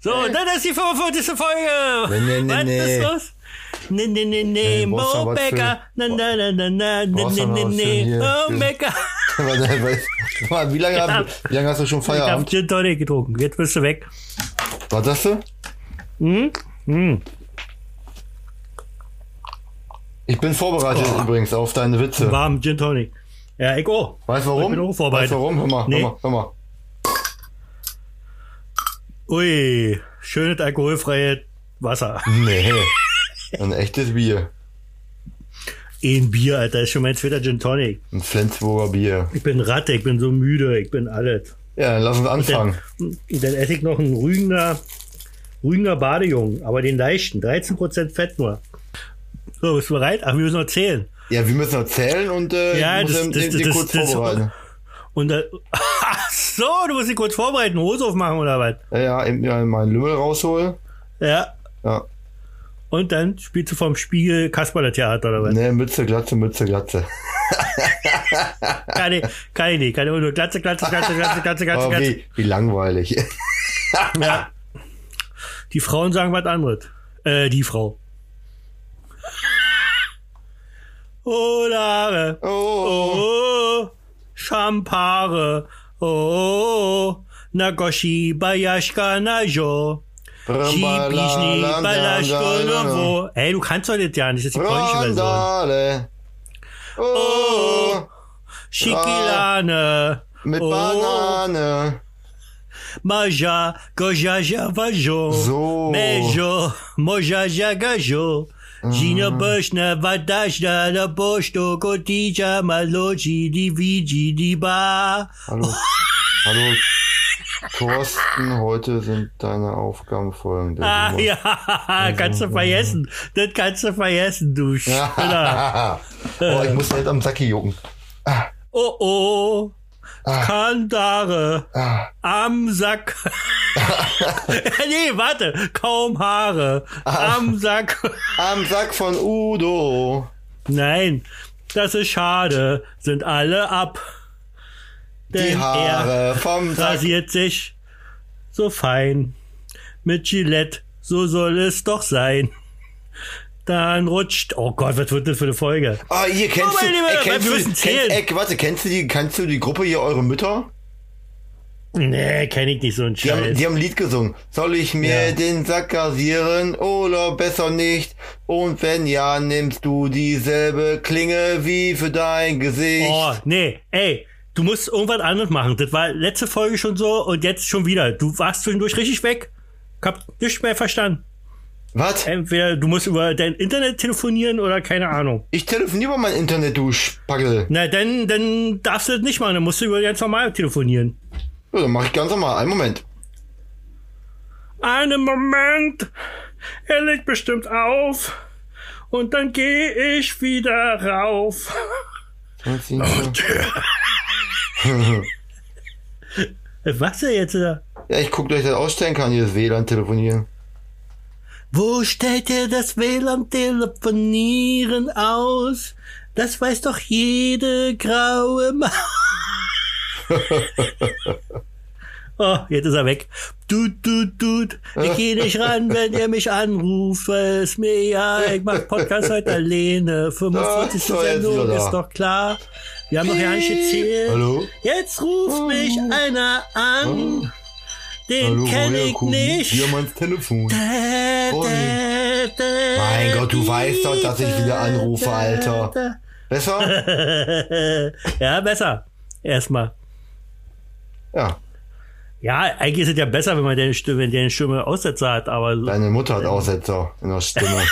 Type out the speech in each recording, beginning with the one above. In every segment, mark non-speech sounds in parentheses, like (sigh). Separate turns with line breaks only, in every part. So, und dann ist die 45. Folge.
Äh. Nee, nee, nee,
was
nee.
ist los? Nee, nee, nee, nee,
Nee, brauchst
Mo
noch was für-
Becker. Na, na, na, na, na, nee,
brauchst
nee,
noch
nee,
was für
nee, Oh,
hier.
Mo
Für-
Becker.
Guck mal, wie, lange haben, wie lange hast du schon
Ich hab
Feierabend?
Gin Tonic getrunken. Jetzt bist du weg. Hm?
Was sagst du? Ich bin vorbereitet übrigens auf deine Witze.
Warm Gin Tonic. Ja, ich auch.
Weißt du warum?
Ich bin auch
weißt
vorbereitet.
du warum? Hör mal,
Nee.
hör mal, hör mal.
Ui, schönes alkoholfreies Wasser.
Nee. Ein echtes Bier.
Ein Bier, Alter, ist schon mein zweiter Gin Tonic.
Ein Flensburger Bier.
Ich bin Ratte, ich bin so müde, ich bin alles.
Ja, dann lass uns anfangen.
Dann esse ich noch einen Rügener, Rügener Badejungen, aber den leichten, 13% Fett nur. So, bist du bereit? Ach, wir müssen noch zählen.
Ja, wir müssen noch zählen und äh,
Ja,
ich muss
das-
den,
das-
den, den
das-
kurz
das-
vorbereiten.
Und dann, (laughs) ach so, du musst dich kurz vorbereiten, Hose aufmachen oder was?
Ja, ja, eben ja, meinen Lümmel raushole.
Ja.
Ja.
Und dann spielst du vom Spiegel Kasperle-Theater oder was?
(laughs) Nee, Mütze, Glatze, Mütze, Glatze.
Kann ich, kann ich nicht, kann ich nur Glatze, Glatze, Glatze, Glatze, Glatze, Glatze,
(laughs) Oh,
Glatze.
wie, wie langweilig. (laughs)
Ja. Die Frauen sagen was anderes. Äh, die Frau. Oder Haare.
Oh,
Oh, Champare. Oh, Nagoshi Bayashka Najo. Schibischni Balashko Novo. Ey, du kannst doch das ja nicht, das ist die polnische
Ah.
Version.
Randale. Oh,
Schikilane.
mit Banane.
Maja, Gojaja Vajo.
So. Mhm.
Mejo, Mojaja Gajo. Gina Böschner, Vadashna, La Bosto, Kotija, Maloji, Diviji, Diba.
Hallo. Hallo. Thorsten, heute sind deine Aufgaben folgende.
Ah, ja,
Also,
kannst du vergessen. Das kannst du vergessen, du
Ah.
Spinner.
(laughs) oh, ich muss halt am Sacki jucken.
Oh, oh. Kandare.
Ah,
Am
(laughs)
Sack. nee, warte. Kaum Haare.
Ah.
Am Sack.
am Sack von Udo.
Nein, das ist schade. Sind alle ab.
Die
Denn er
Haare vom Sack.
rasiert sich so fein. Mit Gillette. So soll es doch sein. Dann rutscht. Oh Gott, was wird das für eine Folge?
Ah, hier kennst
Oh,
du,
meine Liebe,
ey,
wir
kennst du,
müssen
kennst,
zählen.
ey, warte, kennst du die, kannst du die Gruppe hier eure Mütter?
Nee, kenne ich nicht so einen
Die
Scheiß.
haben, die haben ein Lied gesungen. Soll ich mir den Sack rasieren oder besser nicht? Und wenn ja, nimmst du dieselbe Klinge wie für dein Gesicht.
Oh, nee, ey, du musst irgendwas anderes machen. Das war letzte Folge schon so und jetzt schon wieder. Du warst zwischendurch richtig weg. Ich hab nichts mehr verstanden.
Was?
Entweder du musst über dein Internet telefonieren oder keine Ahnung.
Ich telefoniere über mein Internet, du Spackel.
Na, dann, dann darfst du das nicht machen. Dann musst du über ganz normal telefonieren.
Ja, dann mach ich ganz normal. Einen Moment.
Einen Moment. Er legt bestimmt auf. Und dann gehe ich wieder rauf. Was denn jetzt? da?
Ja, ich guck, dass ich das ausstellen kann, hier das WLAN telefonieren.
Wo stellt ihr das WLAN-Telefonieren aus? Das weiß doch jede graue
(laughs)
Maus. oh, jetzt ist er weg. Tut, tut, tut. Ich gehe nicht ran, wenn ihr mich anruft. weil Es mir ja, ich mach Podcast heute alleine. 45.
Ah, so, jetzt
Sendung
wieder da.
ist doch klar. Wir haben noch gar nicht gezählt.
Hallo?
Jetzt ruft mich einer an. Den
Hallo,
kenne
woher
ich
gucken?
nicht.
Hier mein Telefon.
(laughs)
Oh, nee.
Mein
Mein Gott, du weißt doch, dass ich wieder anrufe, Alter. Besser?
Ja, besser. Erstmal.
Ja.
Ja, eigentlich ist es ja besser, wenn man deine Stimme, wenn deine Stimme Aussetzer hat, aber
(laughs)
so-
Deine Mutter hat Aussetzer in der
(laughs)
Stimme.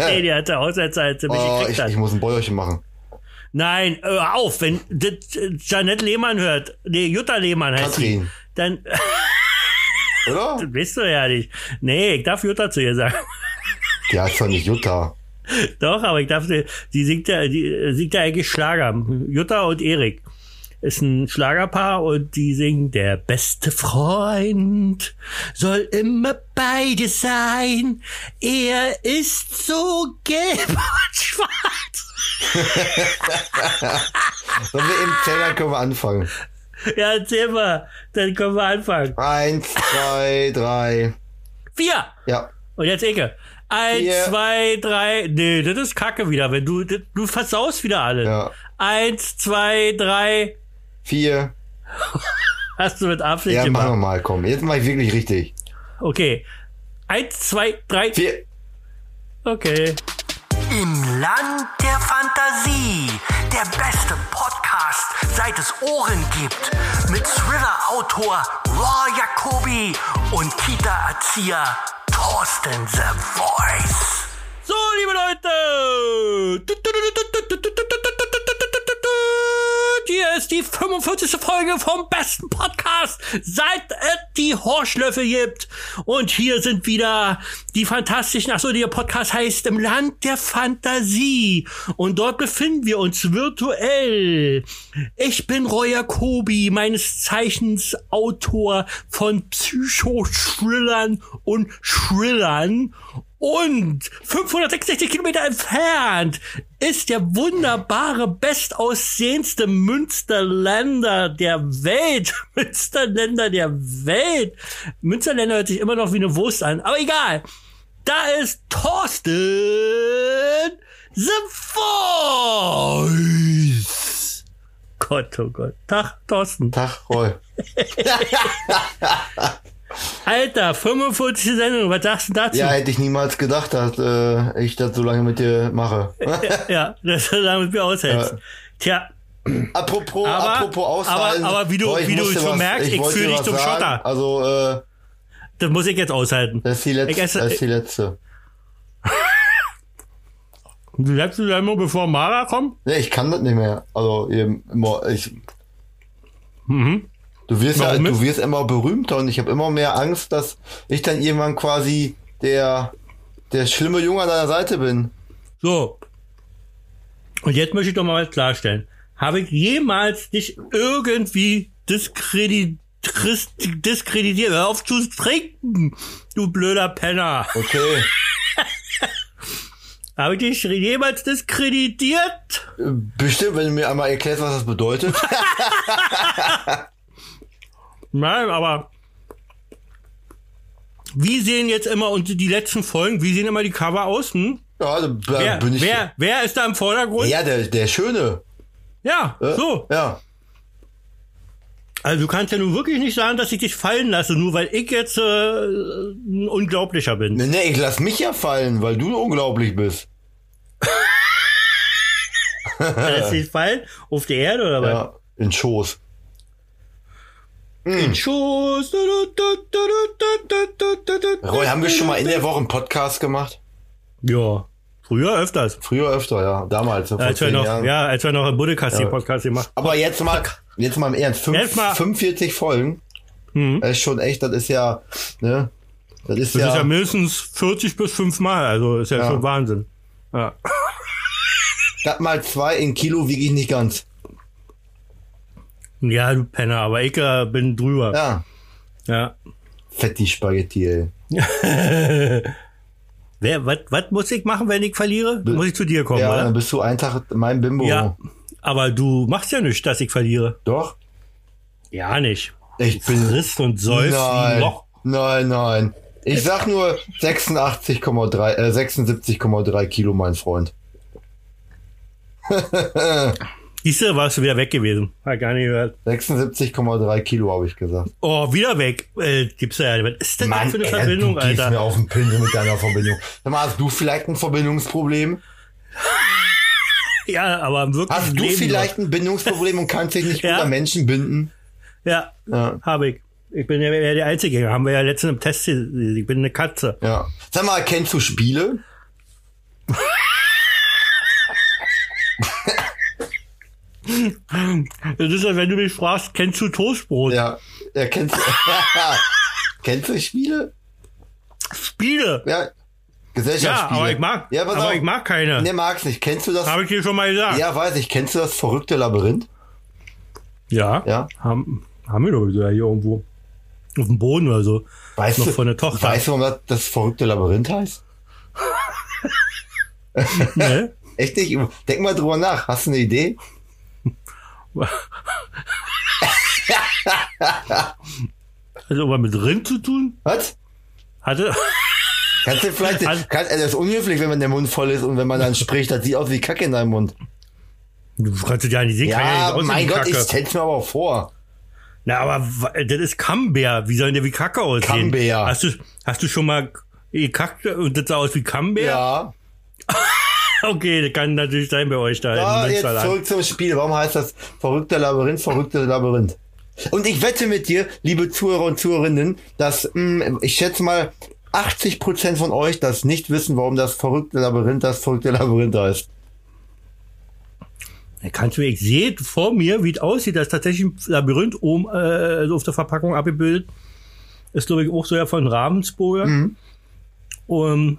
nee, die hatte Aussetzer, als sie mich
Oh, ich,
gekriegt hat.
ich muss ein Bäuerchen machen.
Nein, hör auf, wenn das äh, Janette Lehmann hört, nee, Jutta Lehmann heißt sie,
Katrin.
dann (laughs)
Oder?
bist du ja nicht. Nee, ich darf Jutta zu ihr sagen.
Die heißt doch nicht Jutta.
Doch, aber ich dachte, die singt ja, die äh, singt ja eigentlich Schlager. Jutta und Erik ist ein Schlagerpaar und die singen Der beste Freund soll immer bei dir sein. Er ist so gelb (laughs) und schwarz.
Sollen wir im Zähler können wir anfangen?
Ja, erzähl mal. Dann können wir anfangen.
Eins, zwei, drei.
Vier.
Ja.
Und jetzt Ecke. Eins,
Vier.
zwei, drei. Nee, das ist Kacke wieder. Wenn du, das- du versaust wieder alles.
Ja.
Eins, zwei, drei.
Vier.
Hast du mit Absicht
Ja, mach
gemacht.
nochmal, komm. Jetzt mach ich wirklich richtig.
Okay. Eins, zwei, drei.
Vier.
Okay.
Im Land der Fantasie. Der beste Podcast, seit es Ohren gibt. Mit Thriller-Autor Raw Jacobi und Kita-Erzieher Thorsten The Voice.
So, liebe Leute. Hier ist die 45. Folge vom besten Podcast, seit es die Horschlöffel gibt. Und hier sind wieder die fantastischen, achso, der Podcast heißt Im Land der Fantasie. Und dort befinden wir uns virtuell. Ich bin Roya Kobi, meines Zeichens Autor von Psycho-Thrillern und Thrillern. Und 566 Kilometer entfernt ist der wundersame, bestaussehendste Münsterländer der Welt. (laughs) Münsterländer der Welt. Münsterländer hört sich immer noch wie eine Wurst an, aber egal. Da ist Thorsten The Voice. Gott, oh Gott. Tag, Thorsten.
Tag, Roll.
Alter, 45 Sendung. Was sagst du dazu?
Ja, hätte ich niemals gedacht, dass äh, ich das so lange mit dir mache. (laughs)
Ja, das damit wir aushältst. Tja,
Ja. Apropos,
Aber-
apropos ausfallen.
aber- aber wie du-
Boah, ich
wie du
musste
schon
was-
merkst, ich
wollte
fühl
dir
dich
was
zum
sagen.
Schotter.
Also, äh,
das muss ich jetzt aushalten.
das ist die
Ich
letzte.
esse-
das ist die letzte.
Die letzte Sendung, bevor Mara kommt?
Nee, ich kann das nicht mehr. Also, ihr- immer, ich. Du wirst
Mhm.
ja,
Warum
du
nicht?
wirst immer berühmter und ich habe immer mehr Angst, dass ich dann irgendwann quasi der, der schlimme Junge an deiner Seite bin.
So. Und jetzt möchte ich doch mal was klarstellen. Habe ich jemals dich irgendwie diskredit trist- diskreditiert? Hör auf zu trinken, du blöder Penner.
Okay.
Habe ich dich jemals diskreditiert?
Bestimmt, wenn du mir einmal erklärst, was
(laughs)
das bedeutet.
Nein, aber wie sehen jetzt immer und die letzten Folgen, wie sehen immer die Cover aus? Hm?
ja, da da
Wer,
Äh, bin ich.
wer, wer ist da im Vordergrund? Ja,
Ja, der, der Schöne. Äh,
so.
Ja.
Also du kannst ja nun wirklich nicht sagen, dass ich dich fallen lasse, nur weil ich jetzt äh, ein Unglaublicher bin.
Nee, nee, ich lass mich ja fallen, weil du unglaublich bist.
Lässt dich fallen auf die Erde oder was?
Ja. In Schoß.
Den Schuss.
Roy, haben wir schon mal in der Woche einen Podcast gemacht?
Ja, früher öfters.
Früher öfter, ja. Damals, so vor
Als wir
zehn
noch,
Jahren.
ja, als wir noch im Buddhekast den
Ja.
Podcast gemacht.
Aber jetzt mal, jetzt mal im Ernst, fünf,
Jetzt mal. Mhm.
45 Folgen, das ist schon echt, das ist ja, ne, das ist,
Das
ja,
ist ja mindestens 40 bis 5 Mal, also ist ja,
Ja.
schon Wahnsinn. Ja.
das mal zwei in Kilo wiege ich nicht ganz.
ja, du Penner, aber ich äh, bin drüber.
Ja,
Ja.
fett die Spaghetti, ey.
Wer, was, was muss ich machen, wenn ich verliere? Muss ich zu dir kommen,
Ja, Oh. dann
oder?
bist du einen Tag mein Bimbo.
Ja. Aber du machst ja nichts, dass ich verliere.
Doch?
Ja, nicht.
Ich bin,
Frisst und säufst wie ein
nein,
Loch.
nein, nein. Ich sag nur 86,3, äh, 76,3 Kilo, mein Freund.
Siehst du, warst du wieder weg gewesen. Hat gar nicht gehört.
76,3 Kilo, habe ich gesagt.
Oh, wieder weg. Äh, gibt's ja. Was ist denn da für eine
ey,
Verbindung,
du gehst mir
Alter?
auf den Pinsel mit deiner Verbindung. Sag mal, hast du vielleicht ein Verbindungsproblem?
Ja, aber im wirklichen
Hast du
Leben
vielleicht ein Bindungsproblem und kannst
(laughs)
dich nicht
Ja.
gut an Menschen binden?
Noch. Ja,
Ja.
habe ich. Ich bin ja der Einzige. Haben wir ja letztens im Test gesehen. Ich bin eine Katze.
Ja. Sag mal, kennst du Spiele?
Das ist ja, wenn du mich fragst, kennst du Toastbrot?
Ja. Ja, kennst du. (laughs) kennst du Spiele?
Spiele.
Ja.
Ja,
Gesellschaftsspiele.
aber ich mag,
Ja, pass
aber
auf.
ich mag keine.
Nee, mag's nicht. Kennst du das?
Habe ich dir schon mal gesagt.
Ja, weiß ich. Kennst du das verrückte Labyrinth?
Ja.
Ja.
Haben, haben wir doch wieder hier irgendwo. Auf dem Boden oder
(laughs)
so.
Weißt
Noch
du,
von der Tochter.
Weißt du, warum das, das verrückte Labyrinth heißt?
ne?
Echt nicht? Denk mal drüber nach. Hast du eine Idee?
Hat das irgendwas mit Rind zu tun?
Was?
Hatte.
Kannst du
(laughs)
vielleicht,
Also-
kann, das ist unhöflich, wenn man der Mund voll ist und wenn
(laughs)
man dann spricht, das sieht aus wie Kacke in deinem Mund.
Du kannst es ja nicht sehen, kann ja
Ja,
nicht aussehen
mein
wie
Gott,
Kacke.
ich stell's mir aber vor.
Na, aber wa- das ist Camembert. Wie soll denn der wie Kacke aussehen?
Camembert.
Hast du, hast du schon mal gekackt und das sah aus wie Camembert?
Ja.
(laughs) Okay, das kann natürlich sein bei euch da
Ah,
im
jetzt
Münsterland.
zurück zum Spiel. Warum heißt das verrückter Labyrinth, verrückter Labyrinth? Und ich wette mit dir, liebe Zuhörer und Zuhörerinnen, dass mh, ich schätze mal 80% von euch das nicht wissen, warum das verrückte Labyrinth das verrückte Labyrinth heißt.
Da Kannst du, ich sehe vor mir, wie es aussieht, das ist tatsächlich ein Labyrinth oben äh, so auf der Verpackung abgebildet. Ist, glaube ich, auch so ja von Ravensburger.
Mhm.
Und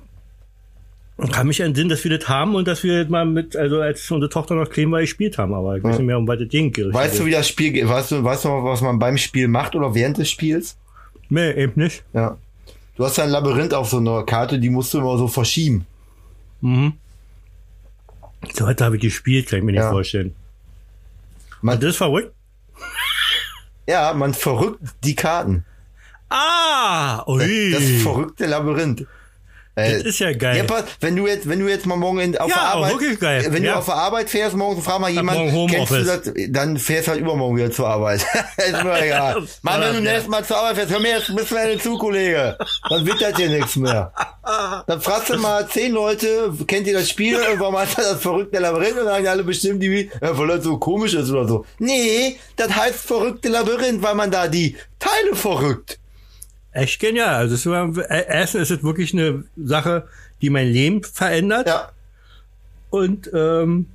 ich kann mich entsinnen, dass wir das haben und dass wir das mal mit, also als unsere Tochter noch klein war, gespielt haben, aber ich weiß nicht mehr, um was das ging.
Weißt du, wie das Spiel geht? Weißt du, weißt du, noch, was man beim Spiel macht oder während des Spiels?
Nee, eben nicht.
Ja. Du hast ein Labyrinth auf so einer Karte, die musst du immer so verschieben.
So heute habe ich gespielt, kann ich mir nicht
Ja.
vorstellen.
Man,
Das ist verrückt.
ja, man verrückt die Karten.
Ah! Ui.
Das verrückte Labyrinth. Äh,
Das ist ja geil.
Ja, pass, wenn du jetzt, wenn du jetzt mal morgen in, auf
Ja,
der
aber
Arbeit,
wirklich geil.
wenn
Ja.
du auf der Arbeit fährst, morgen frag mal jemand,
morgen
kennst du
Homeoffice.
das, dann fährst halt übermorgen wieder zur Arbeit. (laughs) ist mir egal. Mann, wenn du
Ja.
nächstes Mal zur Arbeit fährst, komm her, jetzt bist du meine zu, Kollege. Dann wird das hier nichts mehr. Dann fragst du mal zehn Leute, kennt ihr das Spiel, Und warum heißt das das verrückte Labyrinth? Und dann sagen die alle bestimmt, die, ja, weil das so komisch ist oder so. Nee, das heißt verrückte Labyrinth, weil man da die Teile verrückt.
Echt genial. Also es war, äh, erstens ist es wirklich eine Sache, die mein Leben verändert.
Ja.
Und ähm,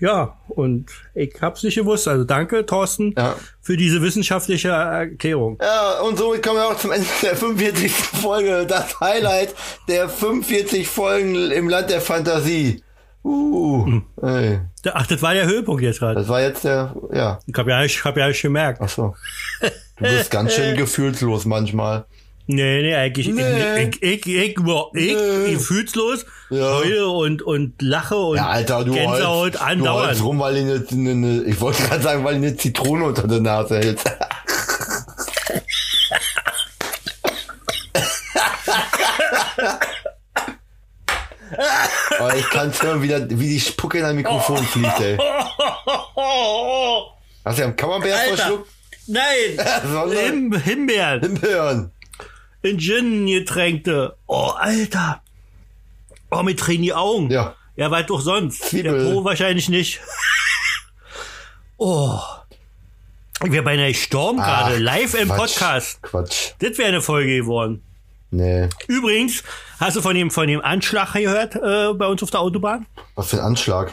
ja, und ich hab's nicht gewusst. Also danke, Thorsten,
Ja.
für diese wissenschaftliche Erklärung.
Ja, und somit kommen wir auch zum Ende der 45. Folge. Das Highlight der 45 Folgen im Land der Fantasie. Uh, ey,
Da- Ach, das war der Höhepunkt jetzt gerade.
das war jetzt der, ja,
Ich hab ja, ich hab ja nicht gemerkt.
ach so. Du bist ganz schön gefühlslos manchmal.
Nee, nee, eigentlich,
Nee.
ich, ich, ich, ich, boah, ich,
Nee.
ich gefühlslos
Ja.
heule und, und lache und
Ja, Alter, du
Gänsehaut
holst, du holst
andauernd.
rum, weil du eine, eine, eine ich wollte gerade sagen, weil du eine Zitrone unter der
(laughs)
Nase hältst. Aber ich kann hören, wie, das- wie die Spucke in dein Mikrofon
Oh.
fliegt, ey. Hast du ja am Kammerberg
Alter,
verschluckt?
(laughs) nein,
Sondern-
Him Himbeeren.
Hören.
in Gin getränkte. Oh, Alter. Oh, mir tränen die Augen.
Ja.
Ja, weil doch sonst.
Zwiebel.
Der Po wahrscheinlich nicht. (laughs) oh. Ich wäre beinahe gestorben gerade.
Ach,
Live im
Quatsch.
Podcast.
Quatsch.
Das wäre eine Folge geworden.
Nee.
Übrigens, hast du von dem, von dem Anschlag gehört äh, bei uns auf der Autobahn?
Was für ein Anschlag.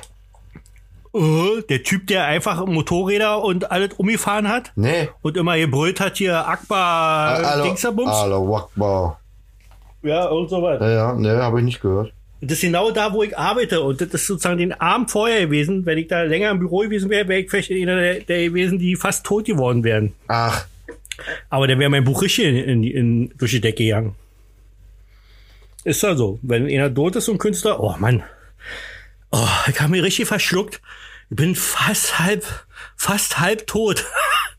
Äh, der Typ, der einfach Motorräder und alles umgefahren hat
Nee.
und immer gebrüllt hat, hier Akbar Äh, Dingserbums.
Äh, Hallo, Ah. Wackbau.
Ja, irgend sowas.
Ja, ja, nee, habe ich nicht gehört.
Das ist genau da, wo ich arbeite. Und das ist sozusagen den Abend vorher gewesen. Wenn ich da länger im Büro gewesen wäre, wäre ich vielleicht einer der, der gewesen, die fast tot geworden wären.
Ach,
Aber dann wäre mein Buch richtig in, in, in, durch die Decke gegangen. Ist da so. Wenn einer tot ist und Künstler, oh Mann. Oh, ich habe mich richtig verschluckt. Ich bin fast halb, fast halb tot.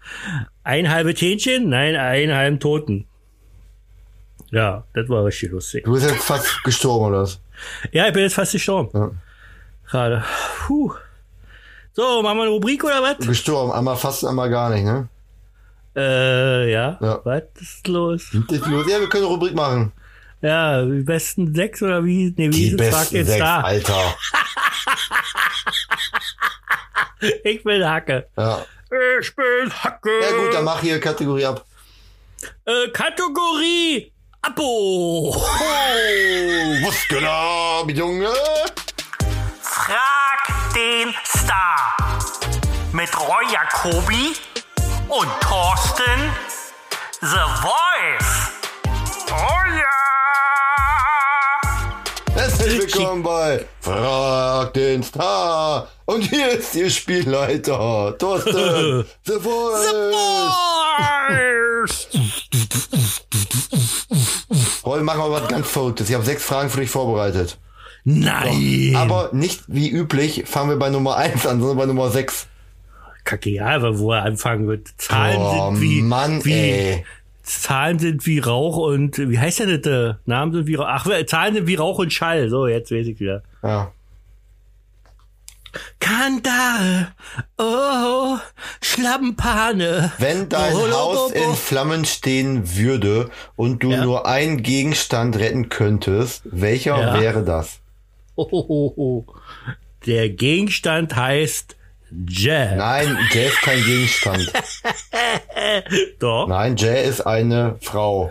(laughs) Ein halbe Tähnchen? Nein, einen halben Toten. Ja, das war richtig lustig.
du bist jetzt fast gestorben, oder was?
Ja, ich bin jetzt fast gestorben.
Ja.
Gerade. Puh. So, machen wir eine Rubrik oder was?
Gestorben, einmal fast, einmal gar nicht, ne?
Äh, ja.
Ja.
Was ist los?
Geht los. Ja, wir können eine Rubrik machen.
Ja, die besten sechs oder wie? Nee, wie
Die
ist es? Frag
besten
jetzt
sechs,
da?
Alter.
Ich bin Hacke.
Ja.
Ich bin Hacke.
ja gut, dann mach hier Kategorie ab.
äh, Kategorie Abo.
Oh, was geht ab, Oh, Junge?
Frag den Star. Mit Roy Jacobi und Thorsten The Voice. Oh ja!
Herzlich willkommen bei Frag den Star. Und hier ist Ihr Spielleiter, Thorsten. The Voice.
Voice.
Roy, machen wir was ganz Verrücktes. Ich habe sechs Fragen für dich vorbereitet.
Nein.
Aber nicht wie üblich fangen wir bei Nummer eins an, sondern bei Nummer sechs.
kacke, ja, aber wo er anfangen wird. Zahlen
Oh,
sind wie,
Mann,
wie
ey.
Zahlen sind wie Rauch und wie heißt der denn? der? Namen sind wie Rauch. Ach, Zahlen sind wie Rauch und Schall. So, jetzt weiß ich wieder.
Ja.
Kandare, oh, Schlampane.
Wenn dein
Oh,
Haus
oh, oh, oh.
in Flammen stehen würde und du nur einen Gegenstand retten könntest, welcher
Ja.
wäre das?
Oh, oh, oh. Der Gegenstand heißt Jazz.
Nein, Jay ist kein Gegenstand.
(laughs) Doch,
Nein, Jay ist eine Frau.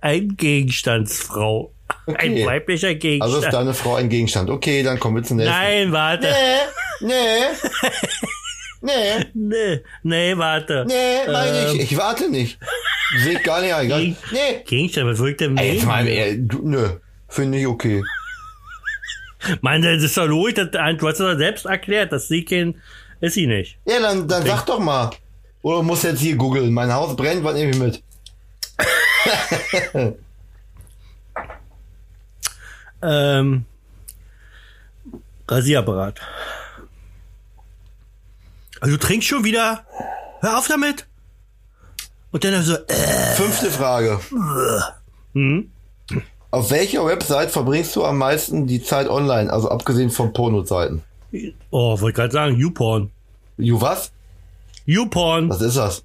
ein Gegenstandsfrau. Ein weiblicher
Also ist
Gegenstand.
deine Frau ein Gegenstand. Okay, dann kommen wir zum nächsten.
Nein, warte.
Nee, nee,
Nee, nee warte.
nee, meine
Ähm.
ich. Ich warte nicht. Sehe ich gar nicht ein. Gar- Nee.
Gegenstand, was wirkt denn
Ey,
nee?
jetzt mal, ey, du- nö. Finde ich okay.
Mann, das ist doch logisch, das, du hast es doch selbst erklärt, das sie kein, ist sie nicht.
Ja, dann, dann sag doch mal. Oder muss jetzt hier googeln. Mein Haus brennt, was nehme ich mit?
Ähm, Rasierapparat. Also, du trinkst schon wieder. Hör auf damit. Und dann so, äh,
Fünfte Frage.
Hm?
Auf welcher Website verbringst du am meisten die Zeit online? Also abgesehen von Porno-Seiten.
oh, wollte gerade sagen, YouPorn.
Ju, was?
YouPorn.
Was ist das?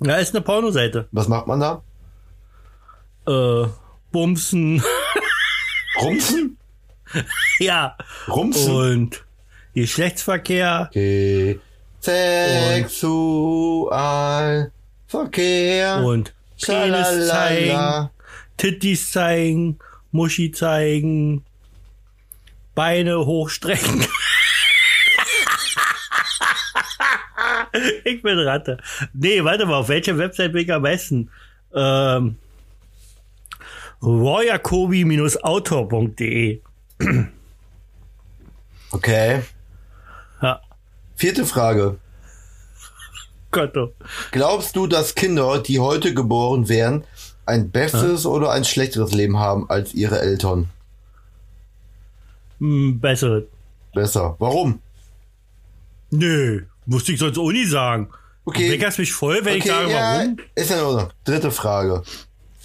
Da ist eine Pornoseite.
Was macht man da?
Äh, Bumsen. (laughs)
Rumsen?
ja.
Rumsen?
Und Geschlechtsverkehr.
Okay. Sexual Verkehr.
Und Penis zeigen.
Schalalala.
Tittis zeigen. Muschi zeigen. Beine hochstrecken. (laughs) ich bin Ratte. Nee, warte mal, auf welcher Website bin ich am besten? Ähm, royakobi-autor.de.
Okay.
Ja,
Vierte Frage.
Gott. oh.
Glaubst du, dass Kinder, die heute geboren werden, ein besseres oder ein schlechteres Leben haben als ihre Eltern?
Hm, besser.
Besser. Warum?
Nö, musste ich sonst auch nie sagen.
Okay.
Du meckerst mich voll, wenn ich
Okay,
sage,
ja,
warum.
Ist ja in Ordnung. Dritte Frage.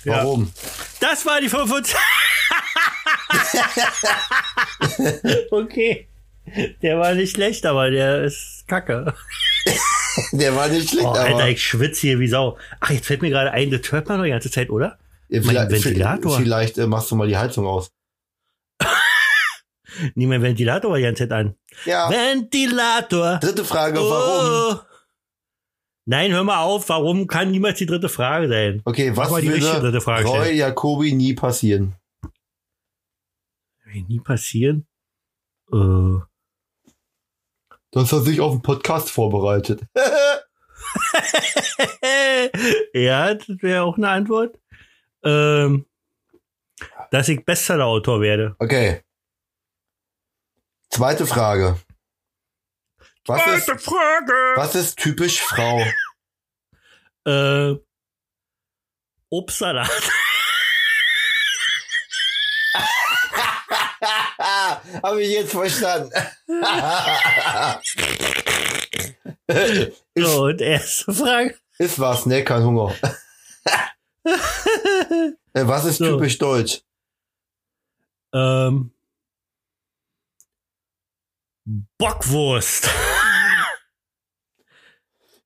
Warum? (laughs)
Das war die 25. (laughs) okay. Der war nicht schlecht, aber der ist kacke.
Der war nicht schlecht,
Oh,
aber
Alter, ich schwitze hier wie Sau. Ach, jetzt fällt mir gerade ein, das hört man doch die ganze Zeit, oder?
Ja,
mein
vielleicht,
Ventilator.
vielleicht äh, machst du mal die Heizung aus.
Nimm meinen Ventilator die ganze Zeit an.
Ja.
Ventilator.
Dritte Frage, warum?
Oh. Nein, hör mal auf. Warum kann niemals die dritte Frage sein?
Okay, was
Mach mal die richtige
würde
dritte Frage stellen.
Roy Jacobi nie passieren?
Nie passieren. Äh.
Dass er sich auf den Podcast vorbereitet.
(laughs) ja, das wäre auch eine Antwort. Ähm, dass ich Bestsellerautor werde.
(laughs) Okay. Zweite Frage. Was ist,
Frage!
was ist typisch (laughs) Frau?
Äh, Obstsalat.
Habe ich jetzt verstanden.
So, (laughs) und erste Frage.
ist was, ne? Kein Hunger. Äh, was ist
So.
typisch deutsch?
Ähm, Bockwurst.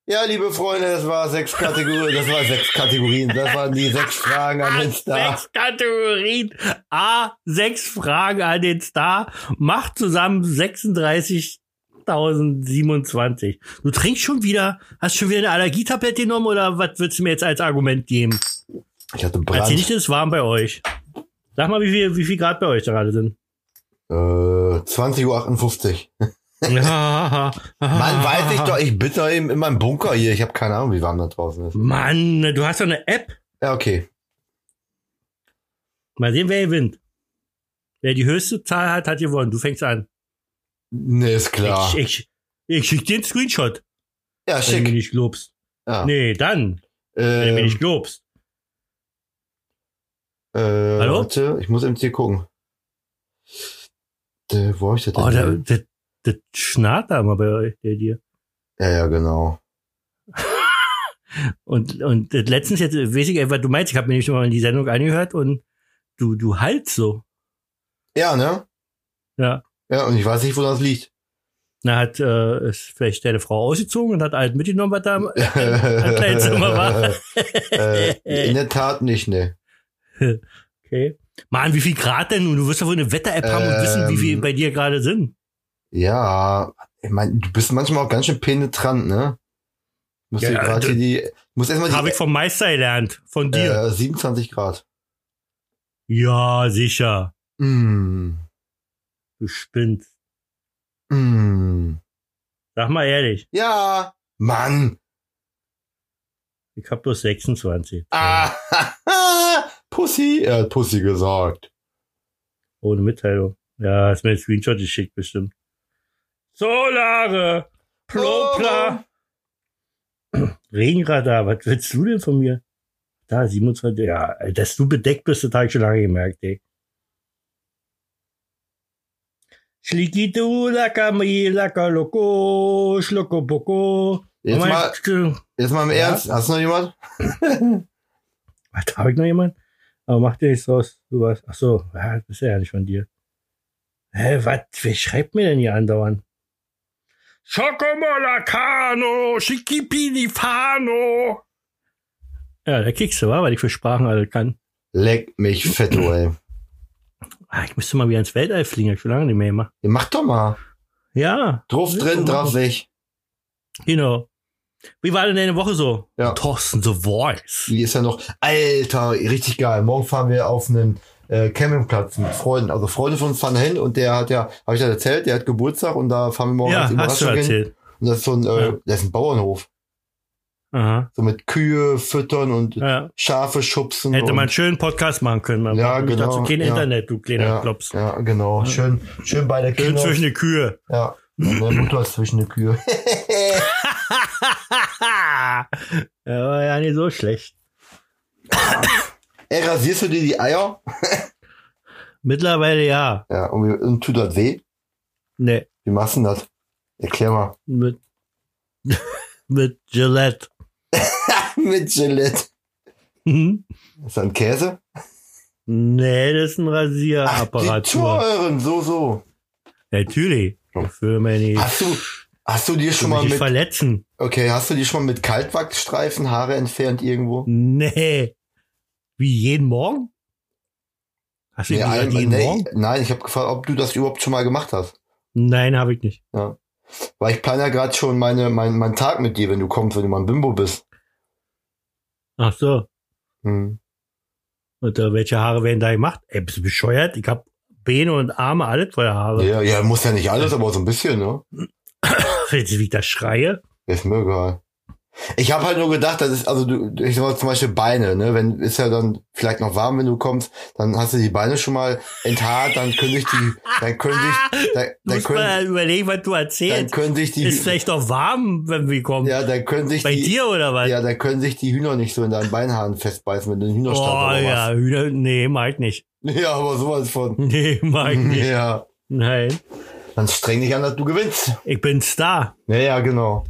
Ja, liebe Freunde, das war sechs Kategorien. Das war sechs Kategorien. Das waren die sechs Fragen an den Star.
Sechs Kategorien. A, sechs Fragen an den Star. Macht zusammen 36.027. Du trinkst schon wieder, hast schon wieder eine Allergietablette genommen oder was würdest du mir jetzt als Argument geben?
Ich hatte
Als
Brand.
sie nicht ist, warm bei euch. Sag mal, wie viel, wie viel Grad bei euch da gerade
(laughs)
sind.
Äh, 20.58 Uhr. Mann, weiß ich doch, ich bin doch eben in meinem Bunker hier. Ich habe keine Ahnung, wie warm da draußen ist.
Mann, ne, du hast doch eine App.
Ja, okay.
Mal sehen, wer gewinnt. Wer die höchste Zahl hat, hat gewonnen. Du fängst an.
Nee, ist klar.
Ich, ich, ich schick dir einen Screenshot,
Ja,
wenn du mir
schick.
nicht lobst.
Ja.
Nee, dann, wenn du mir
Ähm,
nicht lobst.
äh,
Hallo?
Warte, ich muss eben hier gucken. Der, wo hab ich das denn?
Oh, der, der, der schnarrt da mal bei euch, der dir.
Ja, ja, genau.
Und, und äh, letztens jetzt, äh, weiß ich, äh, was du meinst, ich habe mir nämlich mal die Sendung angehört und du, du halt so.
Ja, ne?
Ja.
Ja, und ich weiß nicht, wo das liegt.
Na, hat äh, ist vielleicht deine Frau ausgezogen und hat alt mitgenommen, was
(laughs)
da im im Kleinzimmer war.
äh, in der Tat nicht, ne.
Okay. Mann, wie viel Grad denn nun? Du wirst ja wohl eine Wetter-App haben und wissen, wie viel
Ähm.
bei dir gerade sind.
Ja, ich mein, du bist manchmal auch ganz schön penetrant, ne? Muss
Ja,
ja,
ja,
gerade
du-
hier die, muss erstmal
Habe ich
die
vom Meister gelernt, von dir.
äh, 27 Grad.
Ja, sicher.
Mm,
Du spinnst.
mm.
Sag mal ehrlich,
Ja, Mann.
ich habe bloß 26.
Ah, (laughs) Pussy, er hat Pussy gesagt.
Ohne Mitteilung. Ja, hast mir ein Screenshot geschickt bestimmt. Solare! Plopla! Regenradar, was willst du denn von mir? Da, 27. Ja, dass du bedeckt bist, das habe ich schon lange gemerkt, ey. Schlikitu, lakami, lakaloko, schlokopoko.
Jetzt
Oh mein
mal-
Gott.
Jetzt mal im
Ja.
Ernst, hast du noch jemand?
Was, habe ich noch jemanden? Aber mach dir nichts draus. Du warst, ach so, ja, das ist ja nicht von dir. Hä, was, wer schreibt mir denn hier andauernd? Schokomolakano, Schikipilifano. Ja, da kriegst du, wa, weil ich für Sprachen alle kann.
Leck mich fett, du, ey.
Ah, ich müsste mal wieder ins Weltall fliegen, hab ich schon lange nicht mehr gemacht.
Ja, Mach doch mal.
Ja,
Drauf
Ja,
drin,
mach
drauf
doch.
weg.
genau. Wie war denn deine Woche so?
Ja.
Thorsten The Voice.
Die ist ja noch, alter, richtig geil. Morgen fahren wir auf einen äh, Campingplatz mit Freunden. Also Freunde von uns fahren dahin und der hat ja, habe ich ja erzählt, der hat Geburtstag und da fahren wir morgen
Ja, hast
als
du
Überraschung hin.
erzählt.
Und das ist so ein, äh,
Ja.
das ist ein Bauernhof.
Aha.
So mit Kühe füttern und
Ja.
Schafe schubsen.
Hätte
und,
man einen schönen Podcast machen können. Man
Ja,
braucht nämlich
genau,
Dazu kein
ja.
Internet, du kleiner
ja,
Klops.
ja, genau. Schön, schön bei der
Schön
Kinder.
zwischen die Kühe.
Ja. Und Meine Mutter ist zwischen den Kühe.
ja, war (laughs) ja nicht so schlecht.
(laughs) Ey, rasierst du dir die Eier?
Mittlerweile ja.
Ja, und, wie- und tut das weh?
Ne,
Wie machst du denn das? Erklär mal.
mit, (laughs) mit Gillette.
(laughs) Mit Gillette.
Hm?
Ist das ein Käse?
Nee, das ist ein
Die
Rasierapparatur.
teuren, so, so.
Natürlich. Für meine
Hast du, hast du dir schon mal
mich
mit,
verletzen.
okay, hast du dir schon mal mit Kaltwachsstreifen Haare entfernt irgendwo?
Nee. Wie jeden Morgen? Hast du
Nee,
gesagt,
ein-
jeden
nee,
Morgen?
nein, ich habe gefragt, ob du das überhaupt schon mal gemacht hast.
Nein, habe ich nicht.
Weil ich plane ja gerade schon meine, mein, meinen Tag mit dir, wenn du kommst, wenn du mal ein Bimbo bist.
Ach so.
Hm.
Und äh, welche Haare werden da gemacht? Ey, bist du bescheuert? Ich habe Beine und Arme, alles voller Haare.
Ja, ja, muss ja nicht alles, aber so ein bisschen, ne?
(laughs) Jetzt, wie ich da schreie.
Ist mir egal. Ich habe halt nur gedacht, das ist, also du, ich sag mal zum Beispiel Beine, ne? Wenn ist ja dann vielleicht noch warm, wenn du kommst, dann hast du die Beine schon mal enthaart, dann können sich die, dann können
(laughs)
sich, dann,
Du
dann
musst
können,
mal halt überlegen, was du
dann
erzählst.
können sich die,
Ist vielleicht doch warm, wenn wir kommen.
ja, dann können sich
Bei
die,
dir halt. oder was?
ja, dann können sich die Hühner nicht so in deinen Beinhaaren festbeißen, wenn du einen Hühnerstall
oh
oder
ja, Hühner. Nee, mag ich nicht. (laughs)
was. (laughs) Ja, aber sowas von.
Nee, mag ich nicht.
(laughs) Ja,
Nein.
dann streng dich an, dass du gewinnst.
Ich bin Star.
Ja, ja, genau.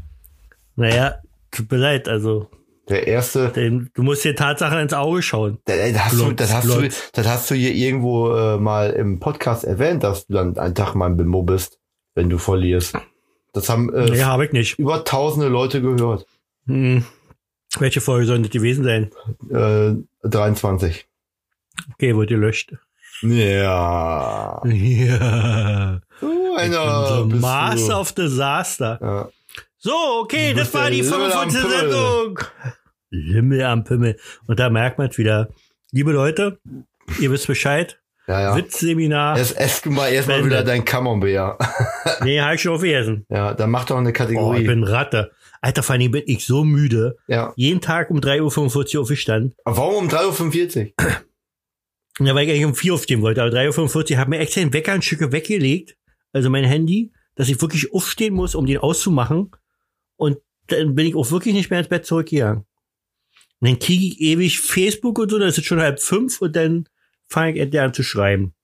Naja, tut mir leid. Also,
Der erste,
dem- du musst dir Tatsachen ins Auge schauen.
Da- ey, Das hast, du,
Blond,
das, hast du,
blond.
das hast du hier irgendwo äh, mal im Podcast erwähnt, dass du dann einen Tag mal im Bimbo bist, wenn du verlierst. Das haben äh,
Nee, habe ich nicht.
über tausende Leute gehört.
Hm. Welche Folge soll das gewesen sein?
Äh, 23.
Okay, wurde gelöscht. (laughs)
Ja.
Ja.
So
Unser
einer bist
Maß
du.
auf Desaster.
Ja.
So, okay,
Du
das
bist
war
der
die
Lümmel am
45.
Pimmel.
Sendung. Limmel am Pimmel. Und da merkt man es wieder. Liebe Leute, ihr wisst Bescheid.
ja, ja.
Witzseminar.
Erst, erst mal erstmal
Spendet.
wieder dein Camembert.
Nee, hab ich schon aufgegessen.
Ja, dann mach doch eine
Oh, ich
Kategorie.
bin Ratte. Alter, vor allem bin ich so müde.
ja.
Jeden Tag um 3.45 Uhr aufgestanden.
Aber Warum um 3.45 Uhr?
Und da war ich eigentlich um 4 aufstehen wollte. Aber 3.45 Uhr habe mir extra den Wecker ein Stück weggelegt. Also mein Handy, dass ich wirklich aufstehen muss, um den auszumachen. Und dann bin ich auch wirklich nicht mehr ins Bett zurückgegangen. Und dann kriege ich ewig Facebook und so, dann ist es schon halb fünf und dann fange ich endlich an zu schreiben.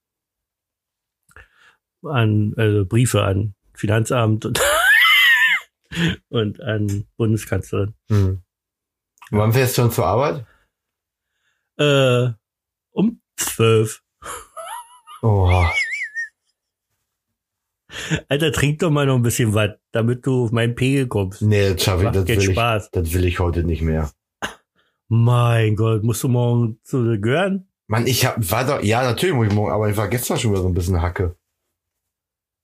An, also Briefe an Finanzamt und (laughs) und an Bundeskanzlerin.
Hm. Wann fährst du schon zur Arbeit?
Äh, um zwölf.
Oha.
Alter, trink doch mal noch ein bisschen was, damit du auf meinen Pegel kommst.
Nee, das schaffe ich,
Macht
das
jetzt
will ich.
Spaß.
Das will ich heute nicht mehr.
Mein Gott, musst du morgen zu dir gehören?
Mann, ich hab, war doch, ja, natürlich muss ich morgen, aber ich war gestern schon wieder so ein bisschen Hacke.